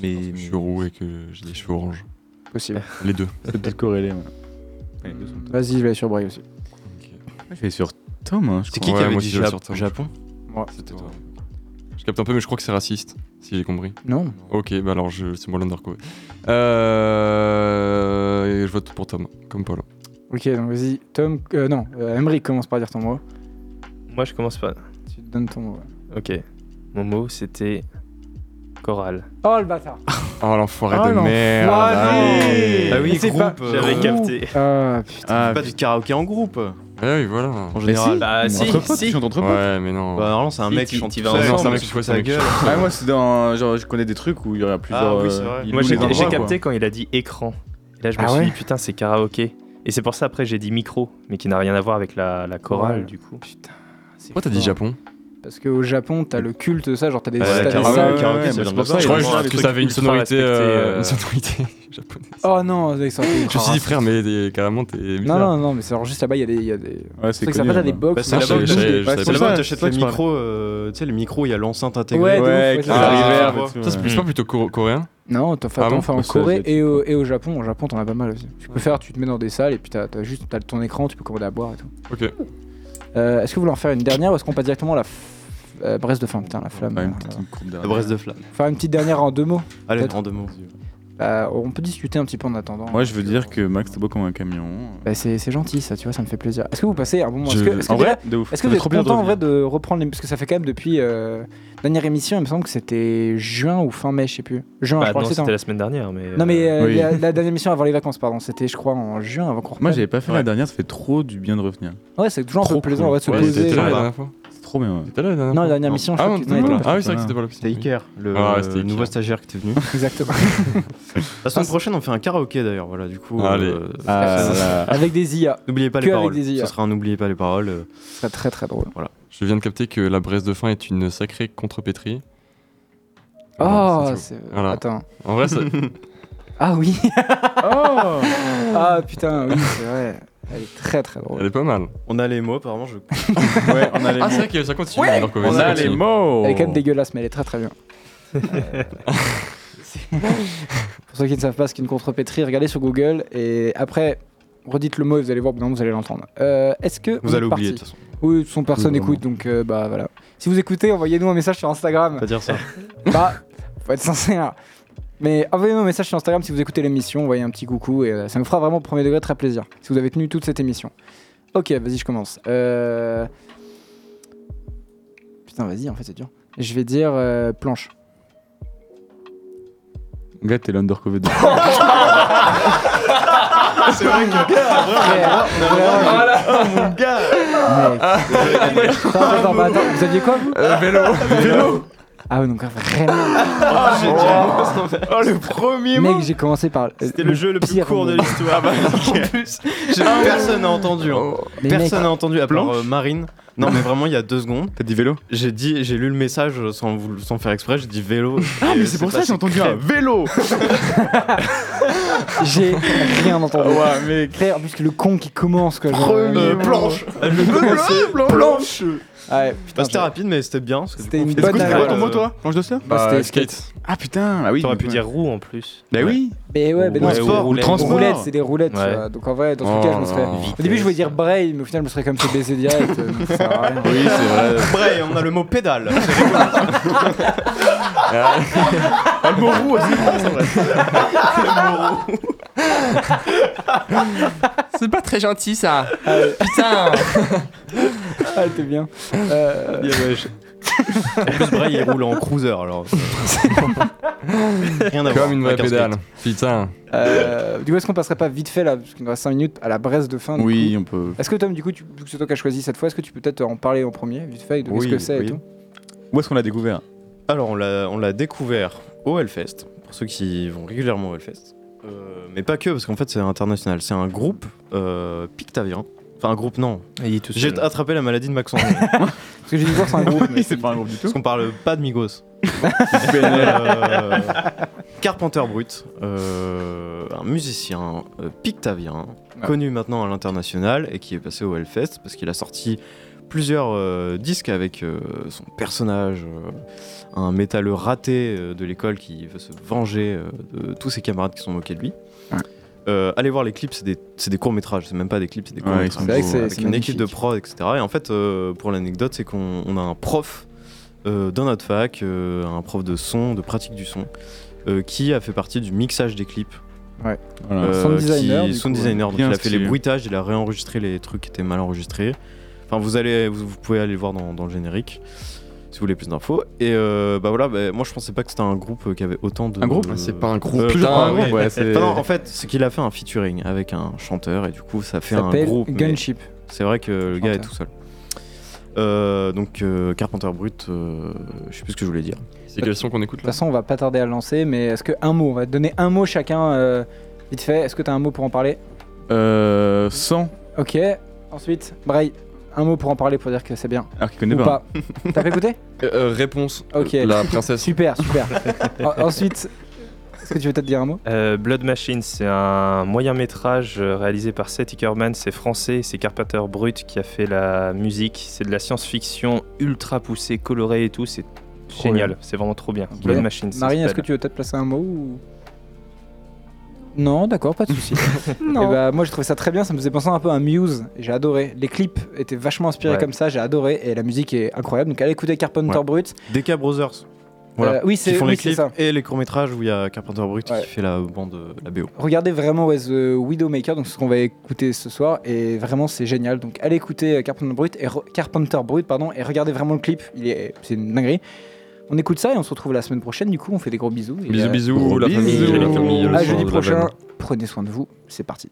Speaker 1: Mais
Speaker 11: Je suis roux et que j'ai des cheveux orange.
Speaker 2: Possible.
Speaker 11: Les deux.
Speaker 6: C'est peut-être corrélé, ouais.
Speaker 2: Vas-y, je vais aller sur Bray aussi.
Speaker 6: Je vais sur Tom, hein, je
Speaker 11: C'est qui
Speaker 6: crois.
Speaker 11: qui
Speaker 6: Ouais,
Speaker 11: avait
Speaker 6: moi
Speaker 11: dit
Speaker 6: aussi, je vais
Speaker 11: Jap-
Speaker 6: sur Tom.
Speaker 11: Japon
Speaker 2: Moi.
Speaker 11: C'était toi. Je capte un peu, mais je crois que c'est raciste, si j'ai compris.
Speaker 2: Non.
Speaker 11: Ok, bah alors je... c'est moi l'underco. Euh... Je vote pour Tom, comme Paul.
Speaker 2: Ok, donc vas-y, Tom. euh, non, euh, Emery, commence par dire ton mot.
Speaker 5: Moi, je commence pas.
Speaker 2: Tu te donnes ton mot. ouais.
Speaker 5: Ok. Mon mot, c'était chorale.
Speaker 2: Oh le bâtard
Speaker 11: Oh l'enfoiré
Speaker 5: Ah,
Speaker 11: de
Speaker 5: l'enfoiré.
Speaker 11: merde
Speaker 5: Ah oui, C'est groupe, pas- euh, j'avais groupe. capté.
Speaker 2: Ah putain
Speaker 1: Pas du karaoké en groupe En
Speaker 11: Ah oui, voilà. En
Speaker 1: général,
Speaker 5: Bah, si, Entre potes, si. tu chantes entre potes.
Speaker 11: Ouais, mais non.
Speaker 1: Bah, normalement, c'est un
Speaker 5: Si,
Speaker 1: mec
Speaker 5: tu-
Speaker 1: qui chante
Speaker 5: tu
Speaker 1: tout
Speaker 5: vas
Speaker 1: seul.
Speaker 5: ensemble,
Speaker 1: c'est un mec
Speaker 5: tu
Speaker 1: qui
Speaker 5: vois,
Speaker 1: fout sa
Speaker 5: mec qui
Speaker 1: gueule.
Speaker 6: Ah, moi, c'est dans. Genre, je connais des trucs où il y aurait plusieurs.
Speaker 1: oui,
Speaker 6: euh,
Speaker 1: c'est vrai.
Speaker 6: il
Speaker 5: Moi,
Speaker 6: loue
Speaker 5: j'ai
Speaker 6: les
Speaker 5: j'ai
Speaker 6: endroits,
Speaker 5: capté
Speaker 6: quoi.
Speaker 5: quand il a dit écran. Et là, je me
Speaker 6: Ah
Speaker 5: suis
Speaker 6: ouais
Speaker 5: dit, putain, c'est karaoké. Et c'est pour ça, après, j'ai dit micro, mais qui n'a rien à voir avec la, la chorale,
Speaker 2: Ouais.
Speaker 5: du coup. Putain.
Speaker 11: Pourquoi t'as dit
Speaker 2: fort.
Speaker 11: Japon
Speaker 2: Parce qu'au Japon, t'as le culte de ça, genre t'as des.
Speaker 11: Ouais,
Speaker 2: t'as des
Speaker 11: karaoké,
Speaker 2: salles-
Speaker 11: karaoké, c'est bien pour ça, je crois que je- que ça avait une sonorité, euh, une sonorité japonaise.
Speaker 2: Oh non, ils sont-
Speaker 11: Je me suis dit, frère, mais t'es- carrément, t'es
Speaker 2: Non,
Speaker 11: bizarre. Bah,
Speaker 2: non, non, mais c'est genre juste là-bas, il y a des. il Y a des...
Speaker 6: Ouais,
Speaker 2: c'est que ça fait, t'as des
Speaker 6: hein.
Speaker 2: box.
Speaker 1: c'est là-bas où
Speaker 11: je- je- je-
Speaker 1: t'achètes- c'est
Speaker 11: je-
Speaker 1: là-bas où
Speaker 11: je-
Speaker 1: t'achètes
Speaker 11: je-
Speaker 1: les
Speaker 11: je-
Speaker 1: micros. euh, Tu sais, les micros, il y a l'enceinte intégrée.
Speaker 2: Ouais, de ouf, ouais,
Speaker 1: avec
Speaker 2: c'est ça.
Speaker 1: la
Speaker 2: Ah,
Speaker 1: rivière et
Speaker 2: ouais.
Speaker 1: tout,
Speaker 11: Ça, c'est plus- c'est pas plutôt cor- coréen
Speaker 2: Non, t'en fais,
Speaker 11: Ah
Speaker 2: t'en
Speaker 11: bon
Speaker 2: fais en
Speaker 11: Parce que
Speaker 2: Corée
Speaker 11: asiatique,
Speaker 2: et au, et au Japon. Au Japon, t'en as pas mal aussi. Tu peux faire, tu te mets dans des salles et puis t'as, t'as juste t'as ton écran, tu peux commander à boire et tout.
Speaker 11: Ok.
Speaker 2: Euh, est-ce que vous voulez en faire une dernière ou est-ce qu'on passe directement à la f- euh, Brest de flamme Putain, la flamme. euh,
Speaker 1: La braise de flamme.
Speaker 2: Faire une petite dernière en deux mots.
Speaker 1: Allez,
Speaker 2: peut-être.
Speaker 1: en deux mots.
Speaker 2: Euh, on peut discuter un petit peu en attendant.
Speaker 6: Moi, je veux dire que Max, t'es beau comme un camion.
Speaker 2: Bah, c'est, c'est gentil ça, tu vois, ça me fait plaisir. Est-ce que vous passez un bon moment Est-ce
Speaker 6: Je-
Speaker 2: que, est-ce que
Speaker 6: en vrai,
Speaker 2: déjà-
Speaker 6: de ouf.
Speaker 2: est-ce
Speaker 6: Ça
Speaker 2: que vous
Speaker 6: fait
Speaker 2: êtes
Speaker 6: trop bien de
Speaker 2: content en vrai de reprendre les... Parce que ça fait quand même depuis euh, dernière émission, il me semble que c'était juin ou fin mai, je sais plus. Juin,
Speaker 5: Bah,
Speaker 2: je crois
Speaker 5: non,
Speaker 2: que c'était en-
Speaker 5: c'était la semaine dernière, mais.
Speaker 2: Non mais euh,
Speaker 6: Oui.
Speaker 2: la, la dernière émission avant les vacances, pardon, c'était je crois en juin avant qu'on
Speaker 6: Moi,
Speaker 2: reprenne.
Speaker 6: j'avais pas fait la dernière, ça fait trop du bien de revenir.
Speaker 2: Ouais, c'est toujours un peu plaisant ouais, de se
Speaker 6: Ouais,
Speaker 2: poser.
Speaker 6: c'était
Speaker 2: genre.
Speaker 6: la dernière fois. C'est trop bien. ouais.
Speaker 11: T'étais là la dernière
Speaker 2: Non, la
Speaker 11: fois
Speaker 2: dernière mission, je
Speaker 11: Ah,
Speaker 2: crois
Speaker 11: non,
Speaker 2: que-
Speaker 11: t'étais
Speaker 2: non,
Speaker 11: pas là.
Speaker 2: il
Speaker 11: Ah oui,
Speaker 2: était
Speaker 11: c'est vrai que
Speaker 2: pas
Speaker 11: c'était pas là.
Speaker 1: C'était Iker, le
Speaker 11: Ah,
Speaker 1: euh,
Speaker 11: c'était Iker.
Speaker 1: nouveau stagiaire qui était venu.
Speaker 2: Exactement.
Speaker 1: La semaine prochaine, on fait un karaoké d'ailleurs. Voilà, du coup.
Speaker 11: Allez.
Speaker 1: euh,
Speaker 11: Ah,
Speaker 1: ça-
Speaker 11: là,
Speaker 1: ça-
Speaker 11: là.
Speaker 2: Avec des IA.
Speaker 1: N'oubliez pas
Speaker 2: Que
Speaker 1: les
Speaker 2: avec
Speaker 1: paroles.
Speaker 2: des IA.
Speaker 1: Ce sera un N'oubliez pas les paroles. euh,
Speaker 2: Ce serait très très drôle.
Speaker 1: Voilà.
Speaker 11: Je viens de capter que la braise de fin est une sacrée contrepétrie.
Speaker 3: Ah,
Speaker 2: Oh,
Speaker 11: tout.
Speaker 2: c'est-
Speaker 11: Voilà.
Speaker 2: attends.
Speaker 11: En vrai, ça.
Speaker 2: Ah oui. Ah putain, oui, c'est vrai. Elle est très très drôle.
Speaker 11: Elle est pas mal.
Speaker 1: On a les mots, apparemment. Je...
Speaker 6: ouais, on a les
Speaker 11: ah,
Speaker 6: mots.
Speaker 11: c'est vrai que ça continue.
Speaker 6: Ouais.
Speaker 11: alors que-
Speaker 6: On
Speaker 11: ça
Speaker 6: a
Speaker 11: continue.
Speaker 6: les mots.
Speaker 2: Elle est quand même dégueulasse, mais elle est très très bien. Euh, Pour ceux qui ne savent pas ce qu'est une contrepétrie, regardez sur Google et après, redites le mot et vous allez voir, non, vous allez l'entendre. Euh, Est-ce que.
Speaker 1: Vous
Speaker 2: on est
Speaker 1: allez oublier,
Speaker 2: parti
Speaker 1: de toute façon.
Speaker 2: Oui, de toute façon, personne
Speaker 1: Oui,
Speaker 2: n'écoute, donc euh, bah voilà. Si vous écoutez, envoyez-nous un message sur Instagram.
Speaker 1: Pas dire ça.
Speaker 2: bah, faut être sincère. Mais envoyez-nous un message sur Instagram si vous écoutez l'émission, envoyez un petit coucou et euh, ça me fera vraiment premier degré très plaisir si vous avez tenu toute cette émission. Ok, vas-y, je commence. Euh... Putain, vas-y, en fait, c'est dur. Je vais dire euh, planche.
Speaker 6: Gars, t'es l'undercover de.
Speaker 1: C'est vrai que. Ah,
Speaker 2: Oh
Speaker 1: mon gars Ah,
Speaker 2: Attends, attends, bah, attends, vous aviez quoi vous
Speaker 1: Euh,
Speaker 3: Vélo
Speaker 2: Vélo Ah ouais, donc vraiment.
Speaker 1: Oh le premier
Speaker 2: Mec, j'ai commencé par. C'était
Speaker 1: le jeu le plus court de l'histoire. en plus, j'ai- personne n'a entendu. hein.
Speaker 2: Mais
Speaker 1: Personne
Speaker 2: mec,
Speaker 1: n'a entendu à part
Speaker 2: Blanche
Speaker 1: euh, Marine. Non, mais vraiment, il y a deux secondes. T'as dit vélo J'ai dit, j'ai lu le message euh, sans, voulo- sans faire exprès. J'ai dit vélo.
Speaker 6: Ah,
Speaker 1: Et
Speaker 6: mais c'est pour ça que j'ai
Speaker 1: passé
Speaker 6: entendu un
Speaker 1: crème.
Speaker 6: vélo
Speaker 2: J'ai rien entendu.
Speaker 6: Ah
Speaker 2: Claire, en plus que le con qui commence quoi. genre,
Speaker 1: Premier
Speaker 2: euh,
Speaker 1: planche.
Speaker 2: Le
Speaker 1: Le
Speaker 2: bleu,
Speaker 1: bleu,
Speaker 2: planche. Ouais,
Speaker 1: Bah, c'était rapide, mais c'était bien. C'était
Speaker 2: une
Speaker 6: bonne Est-ce que t'as
Speaker 1: euh.
Speaker 6: quoi comme mot, toi Planche de surf
Speaker 1: Bah,
Speaker 6: Bah,
Speaker 1: skate.
Speaker 6: Ah putain, ah oui.
Speaker 5: T'aurais pu
Speaker 6: Ouais.
Speaker 5: dire roue en plus.
Speaker 6: Bah oui.
Speaker 2: Mais ouais, mais non,
Speaker 5: Ou
Speaker 2: c'est
Speaker 5: ou
Speaker 2: pas-
Speaker 5: roulette.
Speaker 2: Transport. roulette, c'est des roulettes. tu
Speaker 5: Ouais.
Speaker 2: vois. Donc en vrai, dans ce cas, je me serais.
Speaker 5: Oh,
Speaker 2: Au début, je voulais dire braille, mais au final, je me serais comme fait baiser direct. euh, donc ça sert à rien.
Speaker 1: Oui, c'est vrai. Après, on a le mot pédale.
Speaker 6: Ah, le mot roux aussi.
Speaker 15: C'est pas très gentil ça. Putain.
Speaker 2: Ah, t'es bien. Euh,
Speaker 1: En plus, Braille, il roule en cruiser alors. Rien à voir
Speaker 3: Comme une vraie
Speaker 1: avec un skate.
Speaker 3: pédale. Putain.
Speaker 2: euh, du coup, est-ce qu'on passerait pas vite fait là, parce qu'il nous reste 5 minutes à la Bresse de fin du
Speaker 6: Oui,
Speaker 2: coup.
Speaker 6: on peut.
Speaker 2: Est-ce que Tom, du coup, tu, vu que c'est toi qui as choisi cette fois, est-ce que tu peux peut-être en parler en premier, vite fait, de
Speaker 1: Oui,
Speaker 2: ce que c'est
Speaker 1: oui.
Speaker 2: et tout
Speaker 6: Où est-ce qu'on l'a découvert
Speaker 1: Alors, on l'a on l'a découvert au Hellfest, pour ceux qui vont régulièrement au Hellfest. Euh, mais pas que, parce qu'en fait, c'est international. C'est un groupe euh, pictavien. Enfin, un groupe, non.
Speaker 5: Il est tout
Speaker 1: J'ai
Speaker 5: seul.
Speaker 1: attrapé la maladie de Maxence.
Speaker 2: Parce que j'ai dû voir, c'est un groupe. mais-
Speaker 6: C'est pas un groupe du tout.
Speaker 1: Parce qu'on parle pas de Migos.
Speaker 6: PNL.
Speaker 1: Euh, Carpenter Brut, euh, un musicien euh, pictavien,
Speaker 6: Ouais.
Speaker 1: connu maintenant à l'international et qui est passé au Hellfest parce qu'il a sorti plusieurs euh, disques avec euh, son personnage, euh, un métalleux raté euh, de l'école qui veut se venger euh, de tous ses camarades qui sont moqués de lui. Euh, allez voir les clips, c'est des, c'est des courts-métrages, c'est même pas des clips, c'est des
Speaker 6: Ouais, ils
Speaker 1: courts-métrages.
Speaker 6: sont C'est vrai que beaux. c'est-
Speaker 1: avec
Speaker 6: c'est
Speaker 1: une
Speaker 6: magnifique.
Speaker 1: équipe de prod, etc. Et en fait, euh, pour l'anecdote, c'est qu'on on a un prof euh, dans notre fac, euh, un prof de son, de pratique du son, euh, qui a fait partie du mixage des clips.
Speaker 2: Ouais.
Speaker 6: Voilà.
Speaker 2: Sound designer,
Speaker 1: Euh,
Speaker 2: du
Speaker 1: Qui, sound
Speaker 2: coup,
Speaker 1: designer, donc il
Speaker 6: bien
Speaker 1: a fait les
Speaker 6: stylé.
Speaker 1: bruitages, il a réenregistré les trucs qui étaient mal enregistrés. Enfin, vous, allez, vous, vous pouvez aller le voir dans, dans le générique si vous voulez plus d'infos. Et euh, bah voilà, bah, moi je pensais pas que c'était un groupe euh, qui avait autant de.
Speaker 11: Un groupe C'est pas un groupe,
Speaker 1: toujours
Speaker 11: putain,
Speaker 1: pas un
Speaker 11: oui.
Speaker 1: groupe, ouais, c'est-
Speaker 11: Pas
Speaker 1: Non,
Speaker 11: non,
Speaker 1: en fait, c'est qu'il a fait un featuring avec un chanteur et du coup ça fait
Speaker 2: Ça
Speaker 1: un
Speaker 2: s'appelle
Speaker 1: groupe. mais
Speaker 2: Gunship.
Speaker 1: C'est vrai que le gars est
Speaker 2: Chanteur.
Speaker 1: tout seul. Euh, donc euh, Carpenter Brut, euh, je sais plus ce que je voulais dire.
Speaker 11: C'est quel son qu'on écoute
Speaker 2: De toute façon, on va pas tarder à le lancer, mais est-ce que un mot On va te donner un mot chacun, euh, vite fait. Est-ce que t'as un mot pour en parler
Speaker 6: Euh. 100.
Speaker 2: Ok. Ensuite, Braille, un mot pour en parler pour dire que c'est bien.
Speaker 6: Alors qu'il
Speaker 1: Eh ben.
Speaker 6: connaît
Speaker 2: Ou
Speaker 6: pas.
Speaker 2: pas. T'as fait écouter
Speaker 11: Euh, euh, réponse.
Speaker 2: Ok.
Speaker 11: La princesse.
Speaker 2: Super, super. En- ensuite, est-ce que tu veux peut-être dire un mot
Speaker 5: Euh, Blood Machine, c'est un moyen métrage euh, réalisé par Seth Ickerman, c'est français, c'est Carpenter Brut qui a fait la musique, c'est de la science-fiction ultra poussée, colorée et tout, c'est génial,
Speaker 2: bien.
Speaker 5: c'est vraiment trop bien. Blood Machine, ça
Speaker 2: Marine, est-ce que
Speaker 5: s'appelle.
Speaker 2: tu veux peut-être placer un mot ou... Non, d'accord, pas de souci.
Speaker 15: Non.
Speaker 2: Et bah, moi, j'ai trouvé ça très bien. Ça me faisait penser un peu à Muse. et J'ai adoré. Les clips étaient vachement inspirés
Speaker 1: Ouais.
Speaker 2: comme ça. J'ai adoré. Et la musique est incroyable. Donc, allez écouter Carpenter
Speaker 1: Ouais.
Speaker 2: Brut.
Speaker 1: DK Brothers. Voilà.
Speaker 2: Euh, oui, c'est-
Speaker 1: Qui font
Speaker 2: oui,
Speaker 1: les
Speaker 2: c'est
Speaker 1: clips
Speaker 2: ça.
Speaker 1: et les courts-métrages où il y a Carpenter Brut qui fait la bande, euh, la BO.
Speaker 2: Regardez vraiment ouais, The Widowmaker, donc ce qu'on va écouter ce soir, et vraiment c'est génial. Donc allez écouter euh, Carpenter Brut et re- Carpenter Brut, pardon, et regardez vraiment le clip. Il est, c'est une dinguerie. On écoute ça et on se retrouve la semaine prochaine. Du coup, on fait des gros bisous. et,
Speaker 11: Bisous,
Speaker 2: euh,
Speaker 11: bisous, la famille,
Speaker 2: bisous.
Speaker 11: la famille, le
Speaker 2: À
Speaker 11: soir
Speaker 2: jeudi
Speaker 11: de la
Speaker 2: prochain.
Speaker 11: veine.
Speaker 2: Prenez soin de vous. C'est parti.